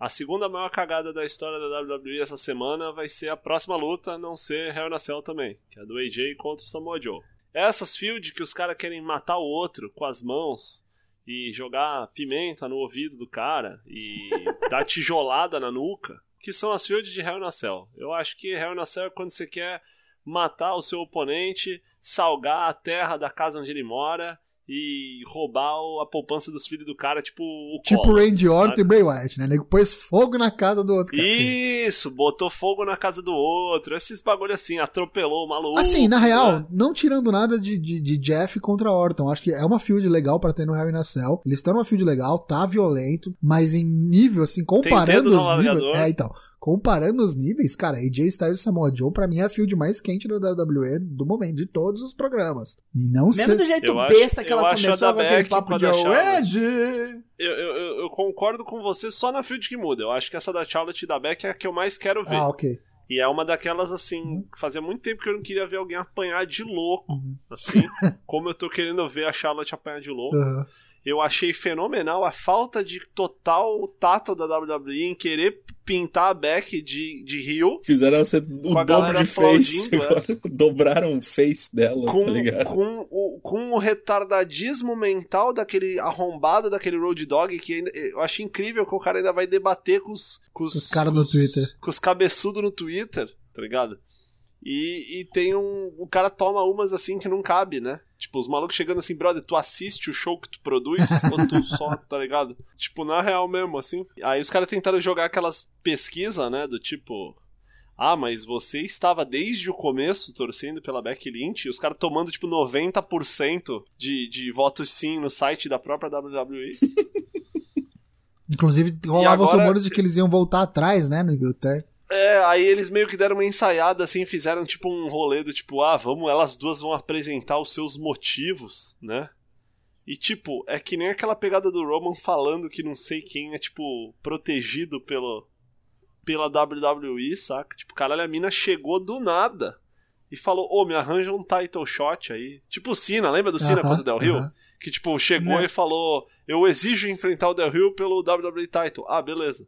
[SPEAKER 4] A segunda maior cagada da história da WWE essa semana vai ser a próxima luta não ser Hell na Cell também, que é a do AJ contra o Samoa Joe. Essas field que os caras querem matar o outro com as mãos e jogar pimenta no ouvido do cara e dar tijolada na nuca, que são as field de Hell na Cell. Eu acho que Hell na Cell é quando você quer matar o seu oponente, salgar a terra da casa onde ele mora e roubar o- a poupança dos filhos do cara, tipo o
[SPEAKER 1] Tipo
[SPEAKER 4] Collor,
[SPEAKER 1] Randy Orton
[SPEAKER 4] sabe?
[SPEAKER 1] e Bray Wyatt, né? Nego pôs fogo na casa do outro cara.
[SPEAKER 4] Isso, botou fogo na casa do outro, esses bagulho assim, atropelou o maluco.
[SPEAKER 1] Assim, na real,
[SPEAKER 4] né?
[SPEAKER 1] não tirando nada de, de, de Jeff contra Orton. Acho que é uma field legal pra ter no Hell in a Cell. Eles estão numa field legal, tá violento, mas em nível, assim,
[SPEAKER 4] dedo
[SPEAKER 1] comparando
[SPEAKER 4] no
[SPEAKER 1] os níveis.
[SPEAKER 4] navegador.
[SPEAKER 1] É, então. Comparando os níveis, cara, AJ Styles e Samoa Joe, pra mim, é a field mais quente da WWE do momento, de todos os programas. E não
[SPEAKER 3] Mesmo
[SPEAKER 1] sei.
[SPEAKER 3] do jeito
[SPEAKER 4] Eu acho-
[SPEAKER 3] besta que
[SPEAKER 4] eu
[SPEAKER 3] ela
[SPEAKER 4] acho a
[SPEAKER 3] começou
[SPEAKER 4] da
[SPEAKER 3] com aquele
[SPEAKER 4] Beck com
[SPEAKER 3] papo
[SPEAKER 4] a
[SPEAKER 3] de
[SPEAKER 4] da Charlotte.
[SPEAKER 3] Wendy.
[SPEAKER 4] Eu, eu- eu- eu concordo com você só na field que muda. Eu acho que essa da Charlotte e da Beck é a que eu mais quero ver.
[SPEAKER 1] Ah, ok.
[SPEAKER 4] E é uma daquelas assim, fazia muito tempo que eu não queria ver alguém apanhar de louco.
[SPEAKER 1] Uhum. *laughs*
[SPEAKER 4] Assim, como eu tô querendo ver a Charlotte apanhar de louco.
[SPEAKER 1] Aham.
[SPEAKER 4] Eu achei fenomenal a falta de total tato da WWE em querer pintar a Beck de, de heel
[SPEAKER 2] Fizeram ela ser o
[SPEAKER 4] Com a
[SPEAKER 2] dobro
[SPEAKER 4] galera
[SPEAKER 2] de face.
[SPEAKER 4] aplaudindo essa.
[SPEAKER 2] *laughs* Dobraram o face dela,
[SPEAKER 4] com,
[SPEAKER 2] tá ligado?
[SPEAKER 4] com o, com o retardadismo mental daquele arrombado, daquele road dog, que ainda- eu acho incrível que o cara ainda vai debater com os... Com os,
[SPEAKER 1] Os caras no
[SPEAKER 4] com os-
[SPEAKER 1] Twitter.
[SPEAKER 4] Com os cabeçudos no Twitter, tá ligado? E, e tem um... O cara toma umas assim que não cabe, né? Tipo, os malucos chegando assim, brother, tu assiste o show que tu produz *laughs* ou tu só, tá ligado? Tipo, na real mesmo, assim. Aí os caras tentaram jogar aquelas pesquisas, né? Do tipo... Ah, mas você estava desde o começo torcendo pela Becky Lynch, e os caras tomando tipo 90% de, de votos sim no site da própria WWE.
[SPEAKER 1] Inclusive, rolavam os
[SPEAKER 4] agora-
[SPEAKER 1] rumores de que eles iam voltar atrás, né, no Guilter.
[SPEAKER 4] É, aí eles meio que deram uma ensaiada assim, fizeram tipo um rolê do tipo, ah, vamos, elas duas vão apresentar os seus motivos, né? E tipo, é que nem aquela pegada do Roman falando que não sei quem é tipo protegido pelo pela WWE, saca? Tipo, caralho, a mina chegou do nada e falou: "Ô, me arranja um title shot aí". Tipo o Cena, lembra do Cena contra o Del Rio? Que, tipo, chegou
[SPEAKER 3] Né?
[SPEAKER 4] e falou: Eu exijo enfrentar o Del Rio pelo WWE Title. Ah, beleza.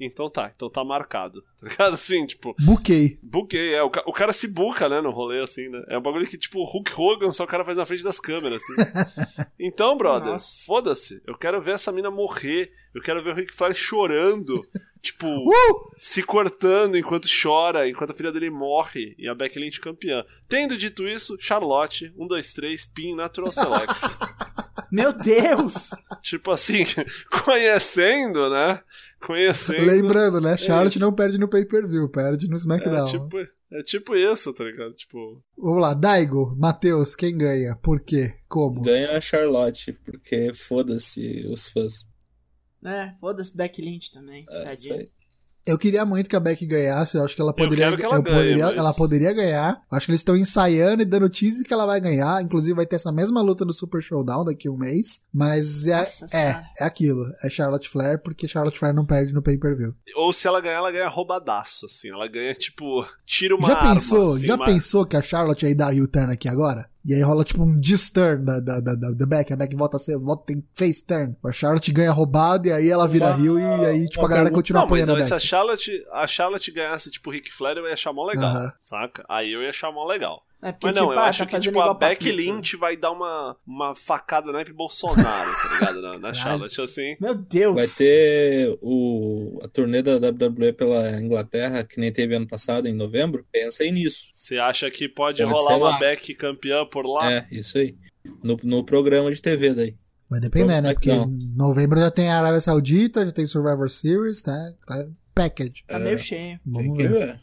[SPEAKER 4] Então tá, então tá marcado. *laughs* Tá ligado? Assim, tipo,
[SPEAKER 1] Buquei.
[SPEAKER 4] buquei. É, o, ca- o cara se buca, né, no rolê, assim, né? É um bagulho que, tipo, o Hulk Hogan só o cara faz na frente das câmeras, assim.
[SPEAKER 3] *laughs*
[SPEAKER 4] Então, brother,
[SPEAKER 3] Nossa.
[SPEAKER 4] foda-se. Eu quero ver essa mina morrer. Eu quero ver o Rick
[SPEAKER 3] *laughs*
[SPEAKER 4] Flair chorando. tipo,
[SPEAKER 1] Uh!
[SPEAKER 4] se cortando enquanto chora, enquanto a filha dele morre e a Becky Lynch campeã. Tendo dito isso, Charlotte, 1, 2, 3, pin
[SPEAKER 3] *laughs*
[SPEAKER 4] natural select.
[SPEAKER 3] Meu
[SPEAKER 4] *laughs*
[SPEAKER 3] Deus!
[SPEAKER 4] Tipo assim, *laughs* conhecendo, né? Conhecendo.
[SPEAKER 1] Lembrando, né? Charlotte
[SPEAKER 4] isso.
[SPEAKER 1] não perde no pay-per-view, perde no
[SPEAKER 4] é,
[SPEAKER 1] SmackDown.
[SPEAKER 4] tipo, é tipo isso, tá ligado? Tipo,
[SPEAKER 1] Vamos lá, Daigo, Matheus, quem ganha? Por quê? Como?
[SPEAKER 2] Ganha a Charlotte, porque foda-se os fãs.
[SPEAKER 3] É, foda-se Beck Lynch também.
[SPEAKER 2] É, isso
[SPEAKER 3] tadinho.
[SPEAKER 2] aí.
[SPEAKER 1] Eu queria muito que a Beck ganhasse, eu acho que ela poderia,
[SPEAKER 4] quero que ela
[SPEAKER 1] eu
[SPEAKER 4] ganhe,
[SPEAKER 1] poderia-
[SPEAKER 4] mas-
[SPEAKER 1] ela poderia ganhar. Eu acho que eles estão ensaiando e dando tease que ela vai ganhar, inclusive vai ter essa mesma luta no Super Showdown daqui a um mês, mas é
[SPEAKER 3] Nossa
[SPEAKER 1] é,
[SPEAKER 3] Senhora.
[SPEAKER 1] é aquilo, é Charlotte Flair, porque Charlotte Flair não perde no pay-per-view.
[SPEAKER 4] ou se ela ganhar, ela ganha roubadaço, assim. Ela ganha, tipo, tira uma
[SPEAKER 1] já
[SPEAKER 4] arma,
[SPEAKER 1] pensou,
[SPEAKER 4] assim,
[SPEAKER 1] já
[SPEAKER 4] uma-
[SPEAKER 1] pensou que a Charlotte aí dá a U-turn aqui agora? E aí rola tipo um disturn da, da, da, da, da Beck, a Beck volta a ser, volta tem face turn. A Charlotte ganha roubado e aí ela vira
[SPEAKER 2] Uma-
[SPEAKER 1] heel e aí tipo
[SPEAKER 2] uma
[SPEAKER 1] a galera
[SPEAKER 2] pergunta-
[SPEAKER 1] continua
[SPEAKER 4] Não, mas
[SPEAKER 1] apoiando a
[SPEAKER 4] olha,
[SPEAKER 1] Beck.
[SPEAKER 4] se a Charlotte, a Charlotte ganhasse, tipo, Ric Flair, eu ia achar mó legal,
[SPEAKER 1] Aham.
[SPEAKER 4] saca? Aí eu ia achar mó legal.
[SPEAKER 3] É porque,
[SPEAKER 4] Mas
[SPEAKER 3] tipo,
[SPEAKER 4] não, eu
[SPEAKER 3] ah,
[SPEAKER 4] acho
[SPEAKER 3] tá
[SPEAKER 4] que
[SPEAKER 3] fazendo
[SPEAKER 4] tipo, a
[SPEAKER 3] igual
[SPEAKER 4] Beck
[SPEAKER 3] Paquito.
[SPEAKER 4] Lynch vai dar uma, uma facada na Bolsonaro, tá ligado? Na, na Charlotte, assim.
[SPEAKER 3] Meu Deus!
[SPEAKER 2] Vai ter o, a turnê da WWE pela Inglaterra, que nem teve ano passado, em novembro. Pensem nisso.
[SPEAKER 4] Você acha que pode,
[SPEAKER 2] Pode
[SPEAKER 4] rolar
[SPEAKER 2] ser
[SPEAKER 4] uma
[SPEAKER 2] lá.
[SPEAKER 4] Beck campeã por lá?
[SPEAKER 2] É, isso aí. No, no programa de TV daí.
[SPEAKER 1] Vai depender, né?
[SPEAKER 2] Não,
[SPEAKER 1] Porque
[SPEAKER 2] não.
[SPEAKER 1] em novembro já tem a Arábia Saudita, já tem Survivor Series, tá? Tá Package.
[SPEAKER 3] Tá meio cheio.
[SPEAKER 2] É, Tem
[SPEAKER 1] Vamos
[SPEAKER 2] que
[SPEAKER 1] ver.
[SPEAKER 2] ver.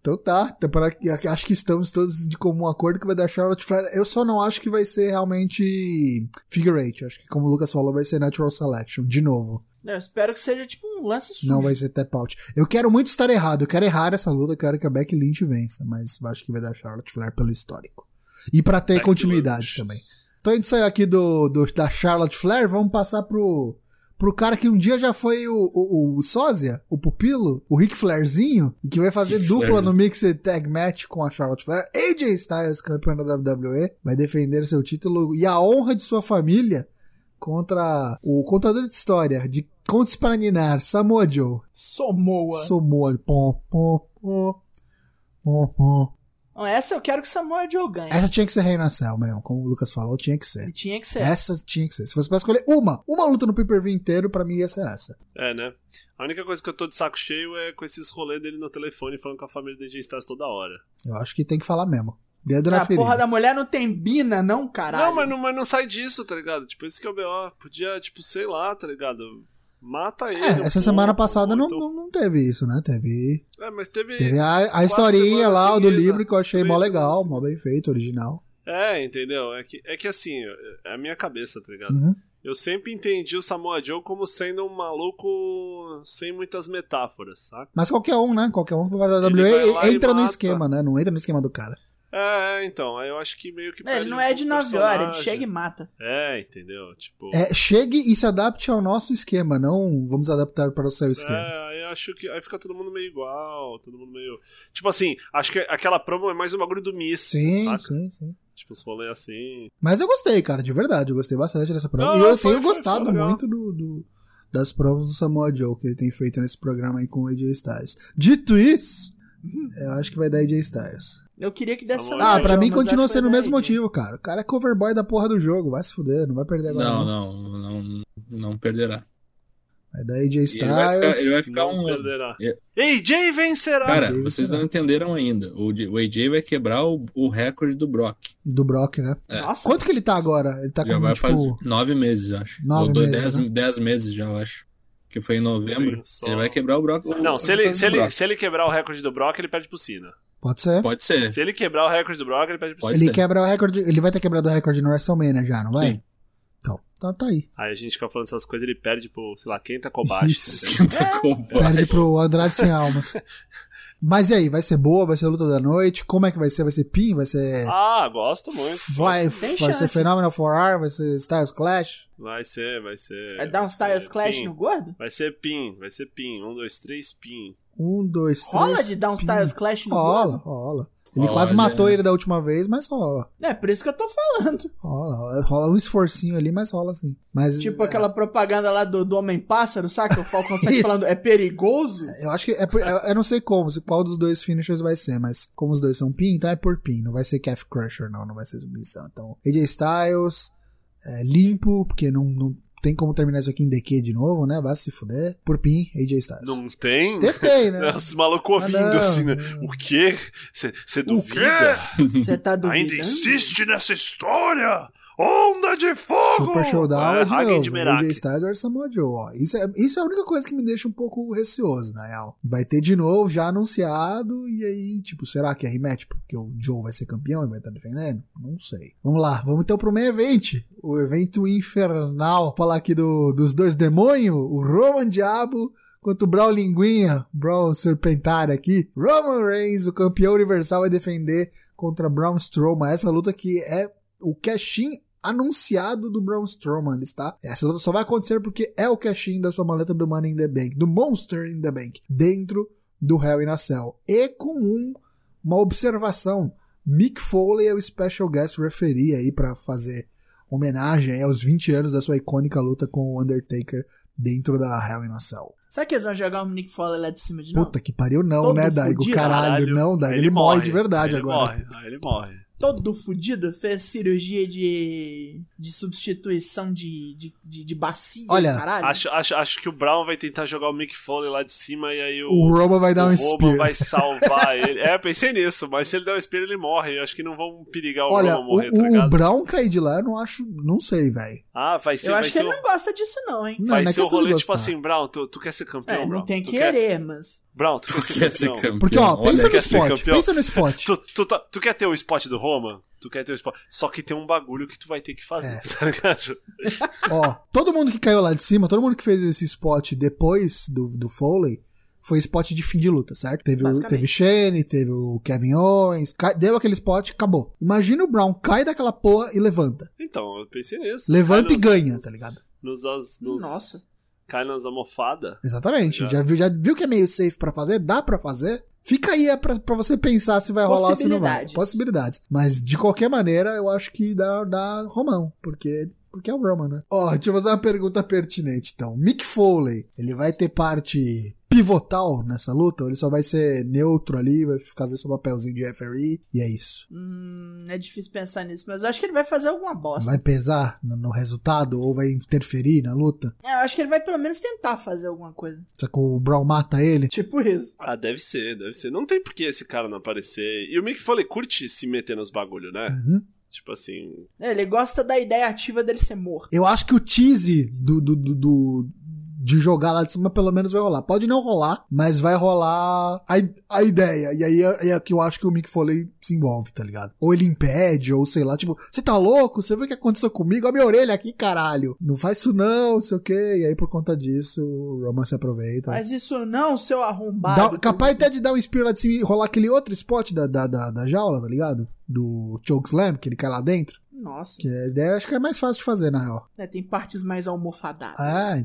[SPEAKER 1] Então tá, temporada que- acho que estamos todos de comum acordo que vai dar Charlotte Flair. Eu só não acho que vai ser realmente figure eight. Acho que, como o Lucas falou, vai ser natural selection, de novo.
[SPEAKER 3] Eu espero que seja tipo um lance sujo.
[SPEAKER 1] Não vai ser tap out. Eu quero muito estar errado, eu quero errar essa luta, eu quero que a Becky Lynch vença, mas eu acho que vai dar Charlotte Flair pelo histórico. E pra ter
[SPEAKER 4] Becky
[SPEAKER 1] continuidade
[SPEAKER 4] Lynch.
[SPEAKER 1] também. Então a gente saiu aqui do, do- da Charlotte Flair, vamos passar pro, pro cara que um dia já foi o, o, o sósia, o pupilo, o Ric Flairzinho, e que vai fazer
[SPEAKER 2] Ric
[SPEAKER 1] dupla
[SPEAKER 2] Flairzinho.
[SPEAKER 1] no Mixed Tag Match com a Charlotte Flair. AJ Styles, campeão da WWE, vai defender seu título e a honra de sua família contra o contador de história de Contos para Ninar, Samoa Joe.
[SPEAKER 3] Somoa.
[SPEAKER 1] Samoa, pom, pom, pom, pom, pom.
[SPEAKER 3] Não, Essa eu quero que o Samoa Joe ganhe.
[SPEAKER 1] Essa tinha que ser Rei na Cell mesmo, como o Lucas falou, tinha que ser.
[SPEAKER 3] E Tinha que ser.
[SPEAKER 1] Essa tinha que ser. Se fosse pra escolher uma, uma luta no pay-per-view inteiro, pra mim ia ser essa.
[SPEAKER 4] É, né? A única coisa que eu tô de saco cheio é com esses rolês dele no telefone falando com a família do AJ Styles toda hora.
[SPEAKER 1] Eu acho que tem que falar mesmo. Dedo
[SPEAKER 4] É,
[SPEAKER 3] Ah,
[SPEAKER 1] na
[SPEAKER 3] a
[SPEAKER 1] ferida.
[SPEAKER 3] porra da mulher não tem bina, não, caralho.
[SPEAKER 4] Não mas, não, mas não sai disso, tá ligado? Tipo, isso que é o B.O. Podia, tipo, sei lá, tá ligado? Mata ele.
[SPEAKER 1] É,
[SPEAKER 4] um
[SPEAKER 1] essa
[SPEAKER 4] pouco,
[SPEAKER 1] semana passada
[SPEAKER 4] ou
[SPEAKER 1] não,
[SPEAKER 4] então-
[SPEAKER 1] não, não teve isso, né? Teve,
[SPEAKER 4] É, mas teve.
[SPEAKER 1] teve a, a
[SPEAKER 4] quatro
[SPEAKER 1] historinha
[SPEAKER 4] semanas
[SPEAKER 1] lá, o do
[SPEAKER 4] seguidas,
[SPEAKER 1] livro, que eu achei
[SPEAKER 4] três
[SPEAKER 1] mó
[SPEAKER 4] semanas
[SPEAKER 1] legal,
[SPEAKER 4] seguidas.
[SPEAKER 1] mó bem feito, original.
[SPEAKER 4] É, entendeu? É que, é que assim, é a minha cabeça, tá
[SPEAKER 3] Hum.
[SPEAKER 4] ligado?
[SPEAKER 1] Uhum.
[SPEAKER 4] Eu sempre entendi o Samoa Joe como sendo um maluco sem muitas metáforas, saca?
[SPEAKER 1] Mas qualquer um, né? Qualquer um que vai da
[SPEAKER 4] Ele vai lá
[SPEAKER 1] WWE
[SPEAKER 4] e
[SPEAKER 1] entra no
[SPEAKER 4] mata.
[SPEAKER 1] esquema, né? Não entra no esquema do cara.
[SPEAKER 4] É, é, então, aí eu acho que meio que.
[SPEAKER 3] É,
[SPEAKER 4] perde
[SPEAKER 3] ele não
[SPEAKER 4] um
[SPEAKER 3] é
[SPEAKER 4] pouco
[SPEAKER 3] de
[SPEAKER 4] o
[SPEAKER 3] 9 horas, ele
[SPEAKER 4] personagem.
[SPEAKER 3] chega e mata.
[SPEAKER 4] É, entendeu? Tipo.
[SPEAKER 1] É, chegue e se adapte ao nosso esquema, não vamos adaptar para o seu esquema.
[SPEAKER 4] É, aí eu acho que aí fica todo mundo meio igual, todo mundo meio. Tipo assim, acho que aquela promo é mais um bagulho do Miss.
[SPEAKER 1] Sim,
[SPEAKER 4] saca?
[SPEAKER 1] sim, sim.
[SPEAKER 4] Tipo, os rolês assim.
[SPEAKER 1] Mas eu gostei, cara, de verdade. Eu gostei bastante dessa prova.
[SPEAKER 4] Não,
[SPEAKER 1] e eu
[SPEAKER 3] Ah,
[SPEAKER 4] não, foi-
[SPEAKER 1] tenho
[SPEAKER 4] foi-
[SPEAKER 1] gostado
[SPEAKER 4] foi legal.
[SPEAKER 1] muito do, do- das provas do Samoa Joe que ele tem feito nesse programa aí com o AJ Styles. Dito isso, eu acho que vai dar AJ Styles.
[SPEAKER 3] Eu queria que desse
[SPEAKER 4] Samoa
[SPEAKER 3] Samoa
[SPEAKER 1] Ah,
[SPEAKER 4] Joe, é um
[SPEAKER 3] Joe,
[SPEAKER 1] pra mim
[SPEAKER 3] mas
[SPEAKER 1] continua
[SPEAKER 3] acho que
[SPEAKER 1] sendo o
[SPEAKER 3] vai
[SPEAKER 1] mesmo
[SPEAKER 3] dar
[SPEAKER 1] motivo, cara. O cara é coverboy da porra do jogo, vai se fuder, não vai perder agora.
[SPEAKER 2] Não,
[SPEAKER 1] Não,
[SPEAKER 2] não, não, não perderá.
[SPEAKER 1] Vai dar AJ
[SPEAKER 2] E Ele vai
[SPEAKER 1] Styles.
[SPEAKER 2] ficar, ele vai ficar
[SPEAKER 4] não
[SPEAKER 2] um ano.
[SPEAKER 4] perderá.
[SPEAKER 2] É.
[SPEAKER 4] AJ vencerá!
[SPEAKER 2] Cara,
[SPEAKER 1] AJ
[SPEAKER 2] vocês
[SPEAKER 1] será.
[SPEAKER 2] não entenderam ainda. O, D- o AJ vai quebrar o, o recorde do Brock.
[SPEAKER 1] Do Brock, né?
[SPEAKER 3] EJ. Nossa,
[SPEAKER 1] Quanto que ele tá agora? Ele tá
[SPEAKER 2] já
[SPEAKER 1] com,
[SPEAKER 2] vai
[SPEAKER 1] tipo...
[SPEAKER 2] fazer nove meses, eu acho.
[SPEAKER 1] nove
[SPEAKER 2] Ou dois,
[SPEAKER 1] meses, né?
[SPEAKER 2] dez, dez meses já, eu acho. Que foi em novembro.
[SPEAKER 4] Sim, só-
[SPEAKER 2] Ele vai quebrar o Brock. o-
[SPEAKER 4] Não,
[SPEAKER 2] o
[SPEAKER 4] se ele,
[SPEAKER 2] recorde
[SPEAKER 4] se,
[SPEAKER 2] do
[SPEAKER 4] ele,
[SPEAKER 2] Brock.
[SPEAKER 4] se ele quebrar o recorde do Brock, ele perde pro Cena.
[SPEAKER 1] Pode ser.
[SPEAKER 2] Pode ser.
[SPEAKER 4] Se ele quebrar o recorde do Brock, ele perde pro
[SPEAKER 2] Pode
[SPEAKER 4] Cena.
[SPEAKER 1] ele
[SPEAKER 2] ser.
[SPEAKER 1] quebra o recorde. Ele vai ter quebrado o recorde no WrestleMania já, não vai?
[SPEAKER 2] Sim.
[SPEAKER 1] Então, tá, tá aí.
[SPEAKER 4] Aí a gente fica falando essas coisas, ele perde pro, sei lá, quem tá cobaixo.
[SPEAKER 1] Isso.
[SPEAKER 2] *laughs*
[SPEAKER 4] entendeu?
[SPEAKER 1] Perde pro Andrade sem almas. Mas e aí, vai ser boa? Vai ser a luta da noite? Como é que vai ser? Vai ser pin? Vai ser.
[SPEAKER 4] Ah, gosto muito.
[SPEAKER 1] vai
[SPEAKER 3] tem
[SPEAKER 1] vai
[SPEAKER 3] chance.
[SPEAKER 1] ser Phenomenal 4R? Vai ser Styles Clash?
[SPEAKER 4] Vai ser, vai ser.
[SPEAKER 3] vai dar um Styles
[SPEAKER 4] ser
[SPEAKER 3] Clash
[SPEAKER 4] pin.
[SPEAKER 3] no gordo?
[SPEAKER 4] Vai ser pin, vai ser pin. Um, dois, três, pin.
[SPEAKER 1] Um, dois, três.
[SPEAKER 3] Rola de dar um
[SPEAKER 1] pin.
[SPEAKER 3] Styles Clash no
[SPEAKER 1] Rola,
[SPEAKER 3] gordo?
[SPEAKER 1] rola. Ele
[SPEAKER 2] Olha.
[SPEAKER 1] quase matou ele da última vez, mas rola.
[SPEAKER 3] É, por isso que eu tô falando.
[SPEAKER 1] Rola, rola. Rola um esforcinho ali, mas rola sim. Mas,
[SPEAKER 3] Tipo aquela propaganda lá do, do Homem-Pássaro, saca?
[SPEAKER 1] *laughs*
[SPEAKER 3] O Falcon sai
[SPEAKER 1] Isso.
[SPEAKER 3] falando, é perigoso?
[SPEAKER 1] Eu acho que é por, eu, eu não sei como, se- qual dos dois finishers vai ser, mas como os dois são pin, então é por pin, não vai ser calf crusher não, não vai ser submissão. Então, AJ Styles, é, limpo, porque não, não tem como terminar isso aqui em DQ de novo, né? Vai se fuder. Por pin, AJ Styles.
[SPEAKER 4] Não tem?
[SPEAKER 1] Tentei,
[SPEAKER 4] *laughs*
[SPEAKER 1] né?
[SPEAKER 4] Os malucos ouvindo
[SPEAKER 1] Ah, não.
[SPEAKER 4] assim, né? O quê? Você duvida?
[SPEAKER 3] Você tá
[SPEAKER 4] *laughs* Ainda
[SPEAKER 3] duvidando?
[SPEAKER 4] insiste nessa história? Onda de fogo!
[SPEAKER 1] Super Showdown é de
[SPEAKER 4] Hagen
[SPEAKER 1] novo.
[SPEAKER 4] de Merak.
[SPEAKER 1] AJ Styles versus Samoa Joe. Ó. Isso, é, isso é a única coisa que me deixa um pouco receoso, na real. Vai ter de novo, já anunciado, e aí, tipo, será que é rematch? Porque o Joe vai ser campeão e vai estar defendendo? Não sei. Vamos lá, vamos então pro main event. O evento infernal. Falar aqui do- dos dois demônios, o Roman Diabo Quanto o Brawl Linguinha, Brawl Serpentário aqui, Roman Reigns, o campeão universal, vai defender contra Braun Strowman. Essa luta que é o cash-in anunciado do Braun Strowman, ele está. Essa luta só vai acontecer porque é o cash-in da sua maleta do Money in the Bank, do Monster in the Bank, dentro do Hell in a Cell. E com um- uma observação, Mick Foley é o special guest referee aí para fazer homenagem aí aos 20 anos da sua icônica luta com o Undertaker dentro da Hell in a Cell.
[SPEAKER 3] Será que eles vão jogar o Nick Foley lá de cima de novo?
[SPEAKER 1] Puta que pariu, não,
[SPEAKER 3] Todo
[SPEAKER 1] né, Daigo?
[SPEAKER 3] fudido,
[SPEAKER 1] Caralho, não,
[SPEAKER 4] Aí
[SPEAKER 1] Daigo. Ele, morre de verdade
[SPEAKER 4] ele
[SPEAKER 1] agora.
[SPEAKER 4] Morre. Aí ele morre.
[SPEAKER 3] Todo fudido, fez cirurgia de... de substituição de, de, de, de bacia,
[SPEAKER 1] Olha,
[SPEAKER 3] caralho.
[SPEAKER 4] Acho, acho, acho que o Brown vai tentar jogar o Mick Foley lá de cima e aí o,
[SPEAKER 1] O Robo vai dar
[SPEAKER 4] o
[SPEAKER 1] um
[SPEAKER 4] Roman
[SPEAKER 1] spear. *laughs*
[SPEAKER 4] vai salvar ele. É, pensei nisso, mas se ele der um spear, ele morre. Eu acho que não vão perigar o
[SPEAKER 1] Olha,
[SPEAKER 4] Roman morrer,
[SPEAKER 1] o,
[SPEAKER 4] tá
[SPEAKER 1] o, o
[SPEAKER 4] ligado?
[SPEAKER 1] Brown cair de lá, eu não acho. Não sei, velho.
[SPEAKER 4] Ah, vai ser,
[SPEAKER 3] eu
[SPEAKER 4] vai
[SPEAKER 3] acho que
[SPEAKER 4] ser,
[SPEAKER 3] ele
[SPEAKER 4] o-
[SPEAKER 3] não gosta disso, não, hein?
[SPEAKER 1] Não,
[SPEAKER 4] vai
[SPEAKER 1] não é
[SPEAKER 4] ser o
[SPEAKER 1] questão de
[SPEAKER 4] rolê tipo
[SPEAKER 1] gostar.
[SPEAKER 4] assim, Brown, tu, tu quer ser campeão,
[SPEAKER 3] É, não,
[SPEAKER 4] Brown?
[SPEAKER 3] tem
[SPEAKER 4] Tu
[SPEAKER 3] que
[SPEAKER 4] quer-
[SPEAKER 3] querer, mas.
[SPEAKER 4] Brown, tu quer
[SPEAKER 2] Quer
[SPEAKER 4] ser
[SPEAKER 2] ser
[SPEAKER 4] campeão.
[SPEAKER 2] campeão.
[SPEAKER 1] Porque, ó,
[SPEAKER 2] Olha,
[SPEAKER 1] pensa no
[SPEAKER 4] quer ser
[SPEAKER 1] spot.
[SPEAKER 4] campeão.
[SPEAKER 1] Pensa no spot.
[SPEAKER 4] *laughs* Tu, tu, tá- tu quer ter o spot do Roma? Tu quer ter o spot. Só que tem um bagulho que tu vai ter que fazer,
[SPEAKER 1] É.
[SPEAKER 4] *laughs* tá ligado?
[SPEAKER 1] Ó, todo mundo que caiu lá de cima, todo mundo que fez esse spot depois do, do Foley, foi spot de fim de luta, certo? Teve, o-
[SPEAKER 3] Basicamente.
[SPEAKER 1] teve Shane, teve o Kevin Owens, ca- deu aquele spot, acabou. Imagina o Brown, cai daquela porra e levanta.
[SPEAKER 4] Então, eu pensei nisso.
[SPEAKER 1] Levanta
[SPEAKER 4] Cai
[SPEAKER 1] e
[SPEAKER 4] nos-
[SPEAKER 1] ganha,
[SPEAKER 4] nos-
[SPEAKER 1] tá ligado?
[SPEAKER 4] Nos, nos, nos-
[SPEAKER 3] Nossa.
[SPEAKER 4] Cai nas almofadas.
[SPEAKER 1] Exatamente.
[SPEAKER 4] Já.
[SPEAKER 1] Já viu, já viu que é meio safe pra fazer? Dá pra fazer? Fica aí é pra, pra você pensar se vai rolar ou se não vai.
[SPEAKER 3] Possibilidades.
[SPEAKER 1] Possibilidades. Mas de qualquer maneira, eu acho que dá, dá Romão, porque. Porque é o Roman, né? Ó, deixa eu fazer uma pergunta pertinente, então. Mick Foley, ele vai ter parte pivotal nessa luta? Ou ele só vai ser neutro ali, vai fazer seu papelzinho de referee? E é isso.
[SPEAKER 3] Hum, é difícil pensar nisso, mas eu acho que ele vai fazer alguma bosta.
[SPEAKER 1] Vai pesar no, no resultado? Ou vai interferir na luta?
[SPEAKER 3] É, eu acho que ele vai pelo menos tentar fazer alguma coisa.
[SPEAKER 1] Será que o Brown mata ele?
[SPEAKER 3] Tipo isso.
[SPEAKER 4] Ah, deve ser, deve ser. Não tem por que esse cara não aparecer. E o Mick Foley curte se meter nos bagulho, né?
[SPEAKER 1] Uhum.
[SPEAKER 4] Tipo assim.
[SPEAKER 3] É, Ele gosta da ideia ativa dele ser morto.
[SPEAKER 1] Eu acho que o tease do, do, do- do- de jogar lá de cima pelo menos vai rolar. Pode não rolar, mas vai rolar a, i- a ideia. E aí é, é que eu acho que o Mick Foley se envolve, tá ligado? Ou ele impede, ou sei lá, tipo, você tá louco? Você viu o que aconteceu comigo? Olha minha orelha aqui, caralho. Não faz isso não, não sei o quê. E aí por conta disso, o Roman se aproveita.
[SPEAKER 3] Mas isso não, seu
[SPEAKER 1] Tá. Dá-
[SPEAKER 3] arrombado.
[SPEAKER 1] capaz até de dar um spear lá de cima e rolar aquele outro spot da, da, da, da jaula, tá ligado? Do Chokeslam, que ele cai lá dentro.
[SPEAKER 3] Nossa,
[SPEAKER 1] Que a ideia eu acho que é mais fácil de fazer, na real.
[SPEAKER 3] né, tem partes mais almofadadas.
[SPEAKER 1] Ah,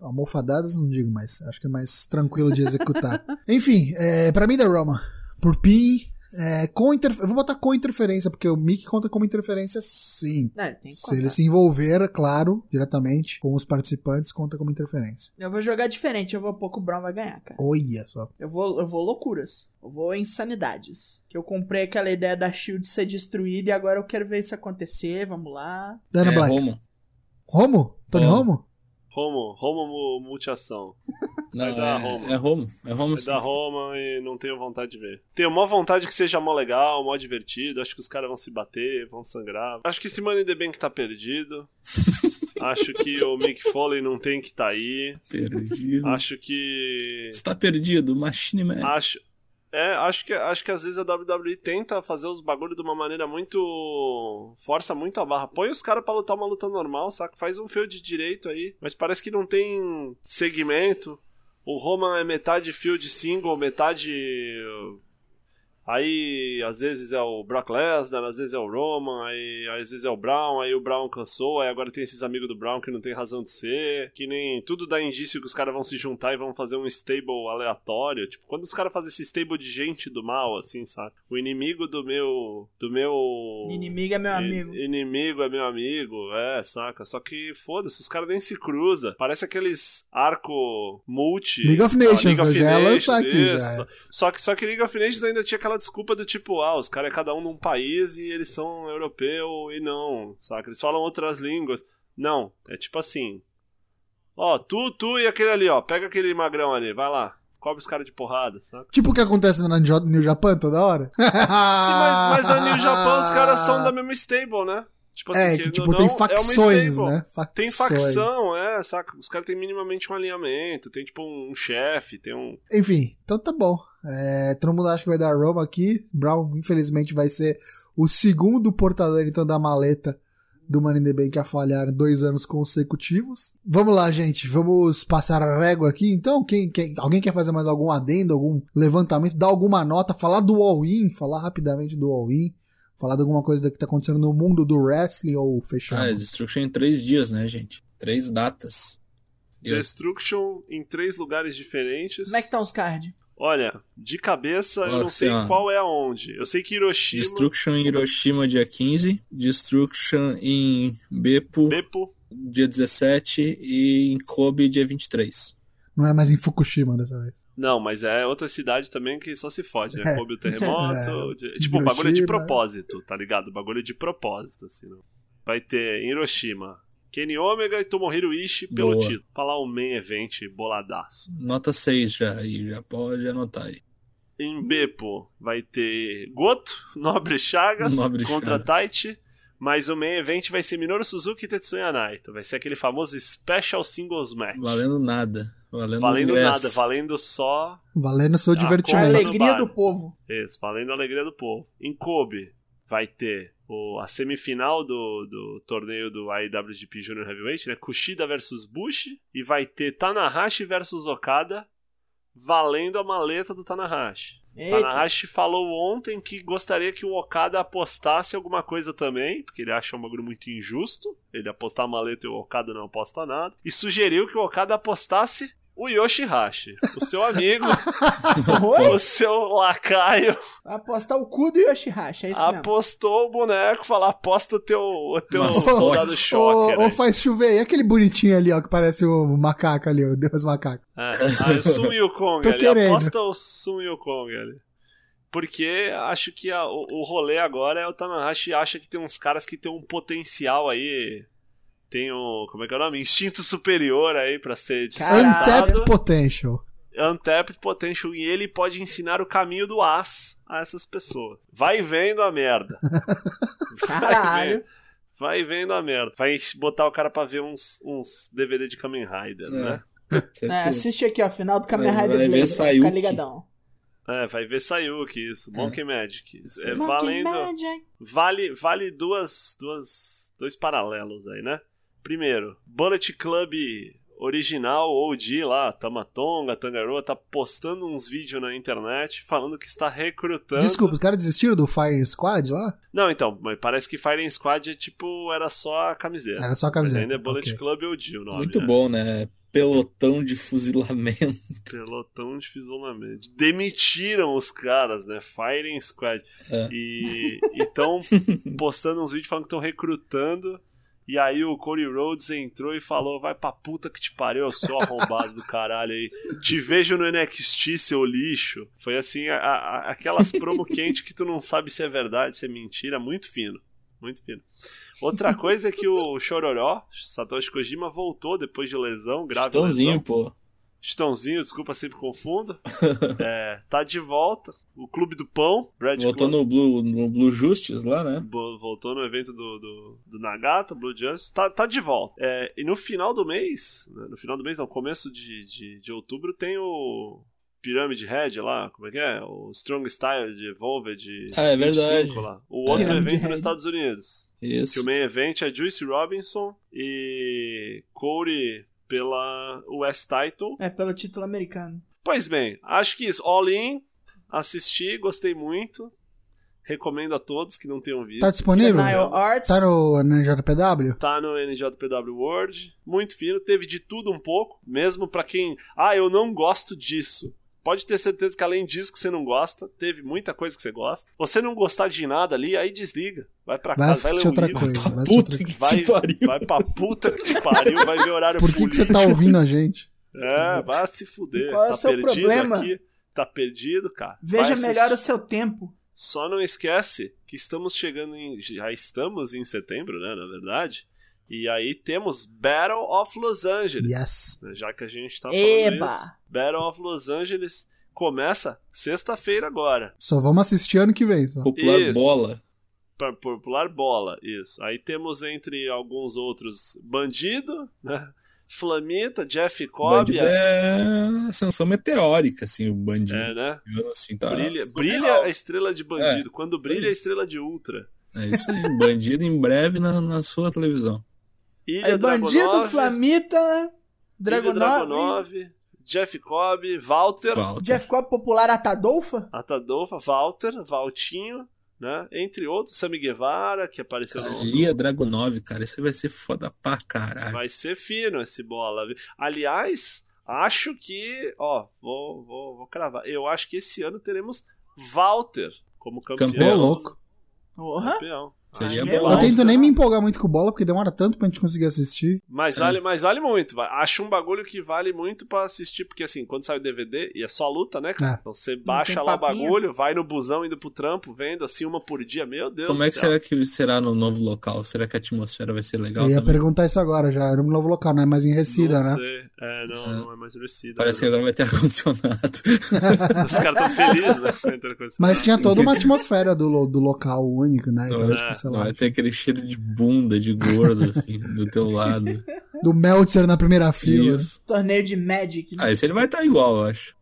[SPEAKER 1] almofadadas não digo mais. Acho que é mais tranquilo de executar. Enfim, é, para mim da Roma. Por pin, é, com inter... eu vou botar com interferência, porque o Mick conta como interferência sim.
[SPEAKER 3] É, tem que
[SPEAKER 1] Se
[SPEAKER 3] contar.
[SPEAKER 1] ele se envolver, é claro, diretamente com os participantes, conta como interferência.
[SPEAKER 3] Eu vou jogar diferente, eu vou pôr que o Brown vai ganhar, cara.
[SPEAKER 1] Olha só.
[SPEAKER 3] Eu vou, eu vou loucuras. Eu vou insanidades. Que eu comprei aquela ideia da Shield ser destruída e agora eu quero ver isso acontecer. Vamos lá.
[SPEAKER 1] Dana
[SPEAKER 2] é,
[SPEAKER 1] Black.
[SPEAKER 2] Roma.
[SPEAKER 1] Romo? Tony
[SPEAKER 2] Romo.
[SPEAKER 1] Romo?
[SPEAKER 4] Romo, Romo mu- multiação.
[SPEAKER 2] Não,
[SPEAKER 4] Vai dar
[SPEAKER 2] é,
[SPEAKER 4] Roma.
[SPEAKER 2] é Roma. É Roma.
[SPEAKER 4] É da Roma e não tenho vontade de ver. Tenho mó vontade que seja mó legal, mó divertido. Acho que os caras vão se bater, vão sangrar. Acho que esse Money in the Bank tá perdido. Acho que o Mick Foley não tem que tá aí.
[SPEAKER 2] Perdido.
[SPEAKER 4] Acho que.
[SPEAKER 2] Você tá perdido, Machine Man.
[SPEAKER 4] Acho. É, acho que, acho que às vezes a WWE tenta fazer os bagulho de uma maneira muito. força muito a barra. Põe os caras pra lutar uma luta normal, saca? Faz um feio de direito aí. Mas parece que não tem segmento. O Roman é metade field single, metade. uh, Aí às vezes é o Brock Lesnar, às vezes é o Roman, aí às vezes é o Brown, aí o Brown cansou, aí agora tem esses amigos do Brown que não tem razão de ser, que nem tudo dá indício que os caras vão se juntar e vão fazer um stable aleatório. Tipo, quando os caras fazem esse stable de gente do mal, assim, sabe? O inimigo do meu. do meu.
[SPEAKER 3] Inimigo é meu
[SPEAKER 4] I-
[SPEAKER 3] amigo.
[SPEAKER 4] Inimigo é meu amigo, é, saca? Só que foda-se, os caras nem se cruzam. Parece aqueles arco multi.
[SPEAKER 1] League of
[SPEAKER 4] Ah,
[SPEAKER 1] Nations,
[SPEAKER 4] League of
[SPEAKER 1] eu já ia
[SPEAKER 4] Nations,
[SPEAKER 1] lançar aqui, já. é.
[SPEAKER 4] isso. Só que, só que League of Nations ainda tinha aquela desculpa do tipo, ah, os caras é cada um num país e eles são europeu e não, saca? Eles falam outras línguas. Não, é tipo assim. Ó, tu, tu e aquele ali, ó. Pega aquele magrão ali, vai lá. Cobre os caras de porrada, saca?
[SPEAKER 1] Tipo o que acontece na Njo- New Japan toda hora? Sim,
[SPEAKER 4] *laughs* Sim, mas, mas na New Japan os caras são da mesma stable, né? Tipo
[SPEAKER 1] É, que
[SPEAKER 4] querendo
[SPEAKER 1] tipo,
[SPEAKER 4] ou
[SPEAKER 1] tem
[SPEAKER 4] não,
[SPEAKER 1] facções,
[SPEAKER 4] stable.
[SPEAKER 1] né?
[SPEAKER 4] Tem facção, é, saca? Os caras têm minimamente um alinhamento, tem tipo um chefe, tem um.
[SPEAKER 1] Enfim, então tá bom. É, todo mundo acha que vai dar Roma aqui. Brown, infelizmente, vai ser o segundo portador então da maleta do Money in the Bank a falhar em dois anos consecutivos. Vamos lá, gente. Vamos passar a régua aqui. Então, quem, quem- alguém quer fazer mais algum adendo, algum levantamento, dar alguma nota, falar do all-in, falar rapidamente do all-in, falar de alguma coisa que tá acontecendo no mundo do wrestling ou
[SPEAKER 2] Ah, é
[SPEAKER 1] fechando?
[SPEAKER 2] Destruction em três dias, né, gente? Três datas. Eu-
[SPEAKER 4] Destruction em três lugares diferentes.
[SPEAKER 3] Como é que tá os cards?
[SPEAKER 4] Olha, de cabeça
[SPEAKER 2] Ó,
[SPEAKER 4] eu não sei
[SPEAKER 2] assim, ó.
[SPEAKER 4] qual é aonde. Eu sei que Hiroshima,
[SPEAKER 2] Destruction em Hiroshima, dia 15. Destruction em Beppo,
[SPEAKER 4] Beppo.
[SPEAKER 2] dia 17. E em Kobe, dia 23.
[SPEAKER 1] Não é mais em Fukushima dessa vez.
[SPEAKER 4] Não, mas é outra cidade também que só se fode, né?
[SPEAKER 1] É.
[SPEAKER 2] *laughs*
[SPEAKER 4] Coube o terremoto. de-
[SPEAKER 1] É.
[SPEAKER 4] Tipo, o bagulho é de
[SPEAKER 2] né?
[SPEAKER 1] Hiroshima.
[SPEAKER 4] propósito, tá ligado? O bagulho é de propósito, assim. Não. Vai ter em Hiroshima, Kenny Omega e Tomohiro Ishii pelo
[SPEAKER 2] Boa.
[SPEAKER 4] título. Falar um main event boladaço.
[SPEAKER 2] Nota 6 já aí, já pode anotar aí.
[SPEAKER 4] Em Beppo vai ter Goto, *laughs* Nobre Chagas
[SPEAKER 2] Nobre
[SPEAKER 4] contra
[SPEAKER 2] Chagas.
[SPEAKER 4] Taichi. Mas o main event vai ser Minoru Suzuki e Tetsuya Naito. Vai ser aquele famoso Special Singles Match.
[SPEAKER 2] Valendo nada. Valendo,
[SPEAKER 4] Valendo
[SPEAKER 2] ingresso.
[SPEAKER 4] nada, valendo só.
[SPEAKER 1] Valendo seu
[SPEAKER 4] Ah,
[SPEAKER 3] A
[SPEAKER 4] Timão.
[SPEAKER 1] divertimento.
[SPEAKER 4] colega.
[SPEAKER 3] alegria
[SPEAKER 4] Trabalho.
[SPEAKER 3] do povo.
[SPEAKER 4] Isso, valendo a alegria do povo. Em Kobe vai ter o, a semifinal do, do torneio do IWGP Junior Heavyweight, né? Kushida versus Bush. E vai ter Tanahashi versus Okada, valendo a maleta do Tanahashi.
[SPEAKER 3] Eita,
[SPEAKER 4] Tanahashi falou ontem que gostaria que o Okada apostasse alguma coisa também, porque ele acha um bagulho muito injusto. Ele apostar a maleta e o Okada não aposta nada. E sugeriu que o Okada apostasse o Yoshihashi, o seu amigo,
[SPEAKER 3] *laughs* Oi?
[SPEAKER 4] o seu lacaio,
[SPEAKER 3] Vai apostar o cu do Yoshihashi, é
[SPEAKER 4] Ah,
[SPEAKER 3] isso
[SPEAKER 4] *laughs*
[SPEAKER 3] mesmo.
[SPEAKER 4] apostou o boneco, falar aposta o teu, o teu
[SPEAKER 2] Mas
[SPEAKER 4] soldado
[SPEAKER 2] pode.
[SPEAKER 4] choque. né?
[SPEAKER 1] Ou faz chover. E aquele bonitinho ali, ó, que parece o macaco ali, o Deus macaco.
[SPEAKER 4] É, ah, o Sun Yukong,
[SPEAKER 1] *laughs* Tô
[SPEAKER 4] ele
[SPEAKER 1] querendo.
[SPEAKER 4] aposta o Sun Yukong, ele. Porque acho que a- o, o rolê agora é o Tanahashi acha que tem uns caras que tem um potencial aí, tem um, como é que é o nome? Instinto superior aí pra ser
[SPEAKER 3] Caralho.
[SPEAKER 1] Untapped
[SPEAKER 4] despertado.
[SPEAKER 1] Potential.
[SPEAKER 4] Untapped Potential. E ele pode ensinar o caminho do as a essas pessoas. Vai vendo a merda.
[SPEAKER 3] Caralho.
[SPEAKER 4] Vai vendo a merda. Vai botar o cara pra ver uns, uns DVD de Kamen Rider, né?
[SPEAKER 2] É,
[SPEAKER 3] É,
[SPEAKER 2] certeza.
[SPEAKER 3] assiste aqui, ó, final do Kamen
[SPEAKER 2] Vai- vai
[SPEAKER 3] Rider
[SPEAKER 2] ver
[SPEAKER 3] Blaze, pra ficar
[SPEAKER 2] Sayuki.
[SPEAKER 3] ligadão.
[SPEAKER 4] É, vai ver Sayuki, isso.
[SPEAKER 1] É.
[SPEAKER 4] Monkey Magic. Isso. É,
[SPEAKER 3] Monkey
[SPEAKER 4] valendo,
[SPEAKER 3] Magic.
[SPEAKER 4] vale, vale duas, duas, dois paralelos aí, né? Primeiro, Bullet Club original, OG lá, Tamatonga, Tangaroa, tá postando uns vídeos na internet falando que está recrutando.
[SPEAKER 1] Desculpa, os caras desistiram do Fire Squad lá?
[SPEAKER 4] Não, então, mas parece que Firing Squad é tipo, era só a camiseta.
[SPEAKER 1] Era só a
[SPEAKER 4] Mas
[SPEAKER 1] camiseta.
[SPEAKER 4] ainda é Bullet
[SPEAKER 1] ok.
[SPEAKER 4] Club OG o nome.
[SPEAKER 2] Muito
[SPEAKER 4] né?
[SPEAKER 2] bom, né? Pelotão de fuzilamento.
[SPEAKER 4] Pelotão de fusionamento. Demitiram os caras, né? Firing Squad.
[SPEAKER 2] É.
[SPEAKER 4] E
[SPEAKER 2] *laughs*
[SPEAKER 4] estão postando uns vídeos falando que estão recrutando. E aí o Cody Rhodes entrou e falou: vai pra puta que te pariu, eu sou arrombado do caralho aí. Te vejo no NXT, seu lixo. Foi assim, a- a- aquelas promo quente que tu não sabe se é verdade, se é mentira, muito fino. Muito fino. Outra coisa é que o Chororó, Satoshi Kojima, voltou depois de lesão, grave lesão.
[SPEAKER 2] Tãozinho, pô.
[SPEAKER 4] Estãozinho, desculpa, sempre
[SPEAKER 2] *laughs*
[SPEAKER 4] confundo. É, tá de volta. O Clube do Pão, Brad
[SPEAKER 2] Voltou
[SPEAKER 4] Club,
[SPEAKER 2] no Blue, no Blue Justice lá, né?
[SPEAKER 4] vo- voltou no evento do, do, do Nagata, Blue Justice. Tá, tá de volta. É, e no final do mês, né, no final do mês, não, começo de, de, de outubro, tem o Pyramid Head lá, como é que é? O Strong Style de Evolved.
[SPEAKER 2] Ah, é verdade.
[SPEAKER 4] 25 lá. O outro
[SPEAKER 3] Pyramid
[SPEAKER 4] evento
[SPEAKER 3] Head.
[SPEAKER 4] nos Estados Unidos. Que
[SPEAKER 2] Isso.
[SPEAKER 4] o main event é Juice Robinson e Corey pela US Title.
[SPEAKER 3] É, pelo título americano.
[SPEAKER 4] Pois bem, acho que é isso. All in, assisti, gostei muito. Recomendo a todos que não tenham visto.
[SPEAKER 1] Tá disponível?
[SPEAKER 3] Nile Arts.
[SPEAKER 1] Tá no NJPW?
[SPEAKER 4] Tá no NJPW World. Muito fino, teve de tudo um pouco. Mesmo pra quem. Ah, eu não gosto disso. Pode ter certeza que além disso que você não gosta, teve muita coisa que você gosta. Você não gostar de nada ali, aí desliga. Vai pra
[SPEAKER 1] Vai
[SPEAKER 4] casa, vai ler
[SPEAKER 1] assistir
[SPEAKER 4] um
[SPEAKER 1] outra
[SPEAKER 4] livro.
[SPEAKER 1] coisa. Vai assistir outra
[SPEAKER 2] Puta
[SPEAKER 1] coisa.
[SPEAKER 2] que
[SPEAKER 4] Vai,
[SPEAKER 2] te pariu.
[SPEAKER 4] vai pra puta que te pariu, vai ver horário
[SPEAKER 1] Por que, que você
[SPEAKER 4] político.
[SPEAKER 1] tá ouvindo a
[SPEAKER 4] *laughs*
[SPEAKER 1] gente?
[SPEAKER 4] É, vai se fuder.
[SPEAKER 3] Qual é o
[SPEAKER 4] tá
[SPEAKER 3] seu
[SPEAKER 4] perdido
[SPEAKER 3] problema?
[SPEAKER 4] aqui. Tá perdido, cara.
[SPEAKER 3] Veja
[SPEAKER 4] Vai
[SPEAKER 3] melhor
[SPEAKER 4] assistir.
[SPEAKER 3] o seu tempo.
[SPEAKER 4] Só não esquece que estamos chegando em. Já estamos em setembro, né? Na verdade. E aí temos Battle of Los Angeles.
[SPEAKER 1] Yes.
[SPEAKER 4] né, Já que a gente tá falando
[SPEAKER 3] Eba!
[SPEAKER 4] isso. Battle of Los Angeles começa sexta-feira agora.
[SPEAKER 1] Só vamos assistir ano que vem. Só.
[SPEAKER 2] Popular
[SPEAKER 4] Isso.
[SPEAKER 2] bola.
[SPEAKER 4] Pra popular bola, isso. Aí temos entre alguns outros Bandido, né? Flamita, Jeff Cobb.
[SPEAKER 2] Bandido é ascensão meteórica, assim, o bandido.
[SPEAKER 4] É, né?
[SPEAKER 2] Assim, tá
[SPEAKER 4] Brilha,
[SPEAKER 2] surreal.
[SPEAKER 4] brilha a estrela de bandido. Quando brilha a estrela de ultra.
[SPEAKER 2] É isso aí, bandido em breve na, na sua televisão.
[SPEAKER 4] Ilha
[SPEAKER 3] Aí, bandido,
[SPEAKER 4] Dragonov,
[SPEAKER 3] Flamita,
[SPEAKER 4] Dragonov,
[SPEAKER 3] Dragonov,
[SPEAKER 4] Jeff Cobb, Walter,
[SPEAKER 2] Falta.
[SPEAKER 3] Jeff Cobb popular Atadolfa.
[SPEAKER 4] Atadolfa, Walter, Valtinho, né? Entre outros, Sammy Guevara, que apareceu
[SPEAKER 2] Cara,
[SPEAKER 4] no.
[SPEAKER 2] Lia Dragonov, cara, isso vai ser foda pra caralho.
[SPEAKER 4] Vai ser fino esse bola. viu? Aliás, acho que. Ó, vou, vou, vou cravar. Eu acho que esse ano teremos Walter como campeão.
[SPEAKER 2] Campeão.
[SPEAKER 1] Ô, louco.
[SPEAKER 3] Porra.
[SPEAKER 4] Campeão.
[SPEAKER 2] Seria
[SPEAKER 3] Ah,
[SPEAKER 2] bom.
[SPEAKER 3] eu
[SPEAKER 1] Eu
[SPEAKER 3] Nossa.
[SPEAKER 1] tento nem me empolgar muito com bola, porque demora tanto pra gente conseguir assistir.
[SPEAKER 4] Mas vale, mas vale muito. vai. Acho um bagulho que vale muito pra assistir, porque assim, quando sai o DVD, e é só luta, né? cara?
[SPEAKER 1] É.
[SPEAKER 4] Então você baixa
[SPEAKER 3] tem
[SPEAKER 4] lá o
[SPEAKER 3] papinho.
[SPEAKER 4] bagulho, vai no busão indo pro trampo, vendo assim uma por dia. Meu Deus
[SPEAKER 2] Como
[SPEAKER 4] do
[SPEAKER 2] é que
[SPEAKER 4] céu.
[SPEAKER 2] será que será no novo local? Será que a atmosfera vai ser legal
[SPEAKER 1] Eu ia
[SPEAKER 2] também?
[SPEAKER 1] perguntar isso agora já. Era um novo local, não é mais em Recida,
[SPEAKER 4] não
[SPEAKER 1] né?
[SPEAKER 4] sei. É, não, não é mais Recida.
[SPEAKER 2] Parece que agora vai ter *laughs* ar-condicionado.
[SPEAKER 4] Os caras tão felizes, né? *laughs* com tanta coisa.
[SPEAKER 1] Mas tinha toda
[SPEAKER 4] *laughs*
[SPEAKER 1] uma atmosfera do, lo- do local único, né? Então,
[SPEAKER 2] Não,
[SPEAKER 4] é.
[SPEAKER 2] é
[SPEAKER 1] tipo, sei lá.
[SPEAKER 2] Vai ter aquele cheiro de bunda, de gordo, assim, do
[SPEAKER 4] *laughs*
[SPEAKER 2] teu lado.
[SPEAKER 1] Do Meltzer na primeira fila.
[SPEAKER 2] Isso.
[SPEAKER 3] Torneio de Magic. né?
[SPEAKER 2] Ah, esse ele vai estar igual, eu acho.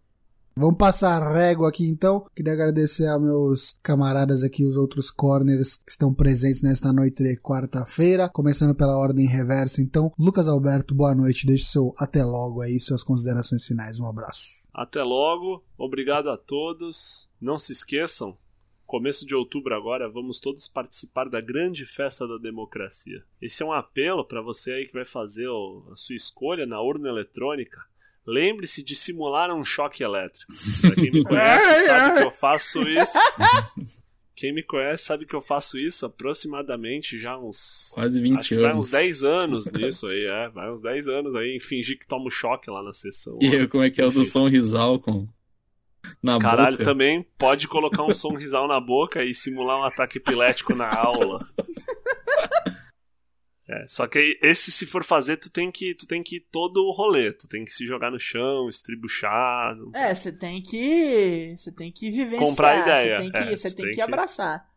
[SPEAKER 1] Vamos passar a régua aqui então. Queria agradecer a meus camaradas aqui, os outros corners que estão presentes nesta noite de quarta-feira. Começando pela ordem reversa, então. Lucas Alberto, boa noite. Deixe seu até logo aí, suas considerações finais. Um abraço.
[SPEAKER 4] Até logo, obrigado a todos. Não se esqueçam, começo de outubro agora, vamos todos participar da grande festa da democracia. Esse é um apelo para você aí que vai fazer o- a sua escolha na urna eletrônica. Lembre-se de simular um choque elétrico. Pra
[SPEAKER 2] *laughs*
[SPEAKER 4] quem me conhece sabe que eu faço isso. Quem me conhece sabe que eu faço isso aproximadamente já há uns
[SPEAKER 2] Quase 20
[SPEAKER 4] Acho que
[SPEAKER 2] anos.
[SPEAKER 4] vai uns 10 anos nisso aí, é. Vai uns 10 anos aí em fingir que toma um choque lá na sessão.
[SPEAKER 2] E eu, como é que é o do som risal com. Na
[SPEAKER 4] Caralho,
[SPEAKER 2] boca.
[SPEAKER 4] também pode colocar um som risal na boca e simular um ataque epilético na aula. É, só que esse se for fazer, tu tem que tu tem que ir todo o rolê, tu tem que se jogar no chão, estribuchar, não-
[SPEAKER 3] É, você tem que. Você tem que vivenciar.
[SPEAKER 4] Comprar ideia,
[SPEAKER 3] Você tem que,
[SPEAKER 4] é,
[SPEAKER 3] você tem que abraçar.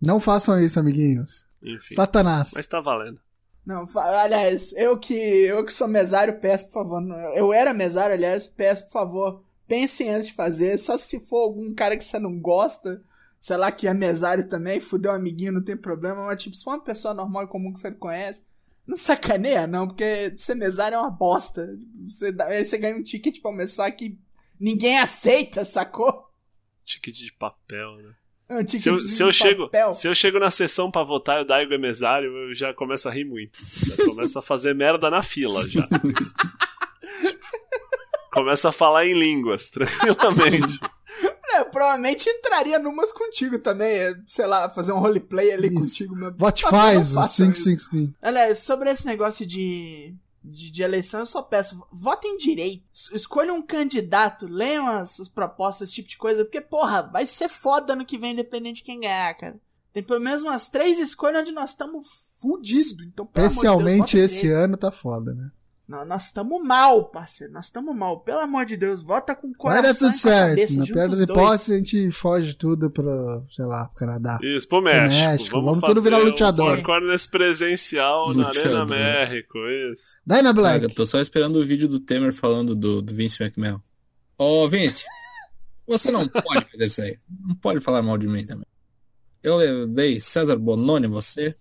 [SPEAKER 1] Não façam isso, amiguinhos.
[SPEAKER 4] enfim.
[SPEAKER 1] Satanás.
[SPEAKER 4] Mas tá valendo.
[SPEAKER 3] Não, fa- aliás, eu que, eu que sou mesário, peço, por favor. não- Eu era mesário, aliás, peço, por favor, pensem antes de fazer. Só se for algum cara que você não gosta, sei lá, que é mesário também, fudeu um amiguinho, não tem problema. Mas, tipo, se for uma pessoa normal e comum que você não conhece, não sacaneia, não, porque ser mesário é uma bosta. Você, dá- aí você ganha um ticket pra começar que ninguém aceita, sacou?
[SPEAKER 4] Ticket de papel, né?
[SPEAKER 3] É um
[SPEAKER 4] Se eu,
[SPEAKER 3] ticketzinho
[SPEAKER 4] se eu
[SPEAKER 3] de
[SPEAKER 4] chego,
[SPEAKER 3] papel.
[SPEAKER 4] se eu chego na sessão pra votar e o Daigo é mesário, eu já começo a rir muito. Já começo a fazer merda na fila
[SPEAKER 3] *laughs*
[SPEAKER 4] já. começo a falar em línguas, *laughs* tranquilamente.
[SPEAKER 3] É, provavelmente entraria numas contigo também. é, Sei lá, fazer um roleplay ali
[SPEAKER 1] Isso.
[SPEAKER 3] contigo. Mas...
[SPEAKER 1] Vote
[SPEAKER 3] Por favor,
[SPEAKER 1] faz,
[SPEAKER 3] não
[SPEAKER 1] o
[SPEAKER 3] façam
[SPEAKER 1] 555.
[SPEAKER 3] Olha, sobre esse negócio de, de, de eleição, eu só peço, votem direito. Es- Escolha um candidato, leiam as, as propostas, esse tipo de coisa. Porque, porra, vai ser foda ano que vem, independente de quem ganhar, cara. Tem pelo menos umas três escolhas onde nós estamos fudidos. Então, pelo amor de Deus,
[SPEAKER 1] Especialmente
[SPEAKER 3] votem
[SPEAKER 1] esse
[SPEAKER 3] direito.
[SPEAKER 1] ano tá foda, né?
[SPEAKER 3] Nó- Nós estamos mal, parceiro. Nós estamos mal. Pelo amor de Deus, vota com o
[SPEAKER 1] Vai
[SPEAKER 3] coração.
[SPEAKER 1] dar é tudo
[SPEAKER 3] e com a
[SPEAKER 1] certo. né?
[SPEAKER 3] cabeça,
[SPEAKER 1] Na
[SPEAKER 3] junta
[SPEAKER 1] pior das
[SPEAKER 3] os dois.
[SPEAKER 1] hipóteses, a gente foge tudo pro, sei lá, pro Canadá.
[SPEAKER 4] Isso, pro México.
[SPEAKER 1] México, vamos tudo
[SPEAKER 4] fazer
[SPEAKER 1] virar
[SPEAKER 4] um
[SPEAKER 1] luteador.
[SPEAKER 4] Hardcore nesse presencial na Arena
[SPEAKER 2] Luteador.
[SPEAKER 4] México, isso.
[SPEAKER 1] Dyna Black.
[SPEAKER 2] Cara, eu tô só esperando o vídeo do Temer falando do, do Vince McMahon. Ô, Vince, você não pode fazer isso aí. Não pode falar mal de mim também. Eu dei César Bononi em você.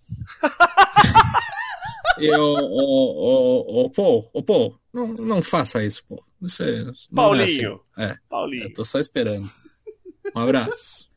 [SPEAKER 2] Eu, ô, ô, ô, Paul, ô, Paul, não, não faça isso, Paul. Isso é, não
[SPEAKER 4] Paulinho.
[SPEAKER 2] É, assim. é,
[SPEAKER 4] Paulinho.
[SPEAKER 2] eu tô só esperando. Um abraço.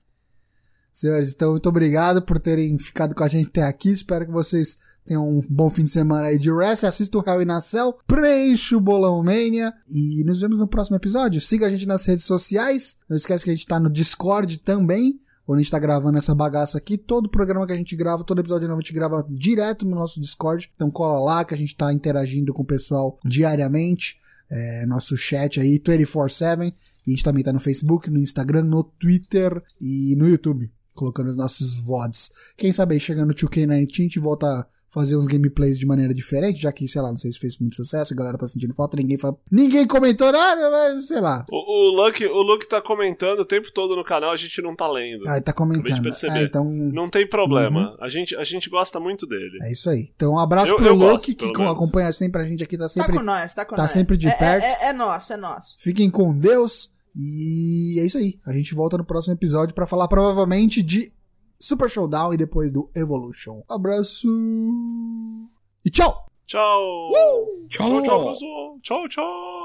[SPEAKER 1] Senhores, então muito obrigado por terem ficado com a gente até aqui. Espero que vocês tenham um bom fim de semana aí de rest. Assista o Hell in a Cell, preencha o Bolão Mania e nos vemos no próximo episódio. Siga a gente nas redes sociais. Não esquece que a gente tá no Discord também, onde a gente tá gravando essa bagaça aqui. Todo programa que a gente grava, todo episódio novo a gente grava direto no nosso Discord. Então cola lá que a gente tá interagindo com o pessoal diariamente. É, nosso chat aí, 24-7. E a gente também tá no Facebook, no Instagram, no Twitter e no YouTube colocando os nossos VODs. Quem sabe aí chegando no 2K19 a gente volta a fazer uns gameplays de maneira diferente, já que, sei lá, não sei se fez muito sucesso, a galera tá sentindo falta, ninguém fala, ninguém comentou nada, mas sei lá.
[SPEAKER 4] O, o, Luke, o Luke tá comentando o tempo todo no canal, a gente não tá lendo.
[SPEAKER 1] Aí tá
[SPEAKER 4] Acabei de
[SPEAKER 1] comentando.
[SPEAKER 4] perceber.
[SPEAKER 1] É, então
[SPEAKER 4] Não tem problema. A, gente, a gente gosta muito dele.
[SPEAKER 1] é isso aí. Então um abraço
[SPEAKER 4] Eu-
[SPEAKER 1] pro
[SPEAKER 4] eu
[SPEAKER 1] Luke,
[SPEAKER 4] gosto,
[SPEAKER 1] que
[SPEAKER 4] pelo
[SPEAKER 1] co-
[SPEAKER 4] menos.
[SPEAKER 1] acompanha sempre a gente aqui, tá
[SPEAKER 3] Tá
[SPEAKER 1] sempre.
[SPEAKER 3] com nós, tá com
[SPEAKER 1] tá
[SPEAKER 3] nós.
[SPEAKER 1] sempre de
[SPEAKER 3] É-
[SPEAKER 1] perto.
[SPEAKER 3] É, é, é nosso, é nosso.
[SPEAKER 1] Fiquem com Deus e é isso aí. A gente volta no próximo episódio pra falar provavelmente de Super Showdown e depois do Evolution. Abraço e tchau!
[SPEAKER 4] Tchau!
[SPEAKER 2] Tchau,
[SPEAKER 1] Uh!
[SPEAKER 4] Tchau, tchau, pessoal. Tchau, tchau!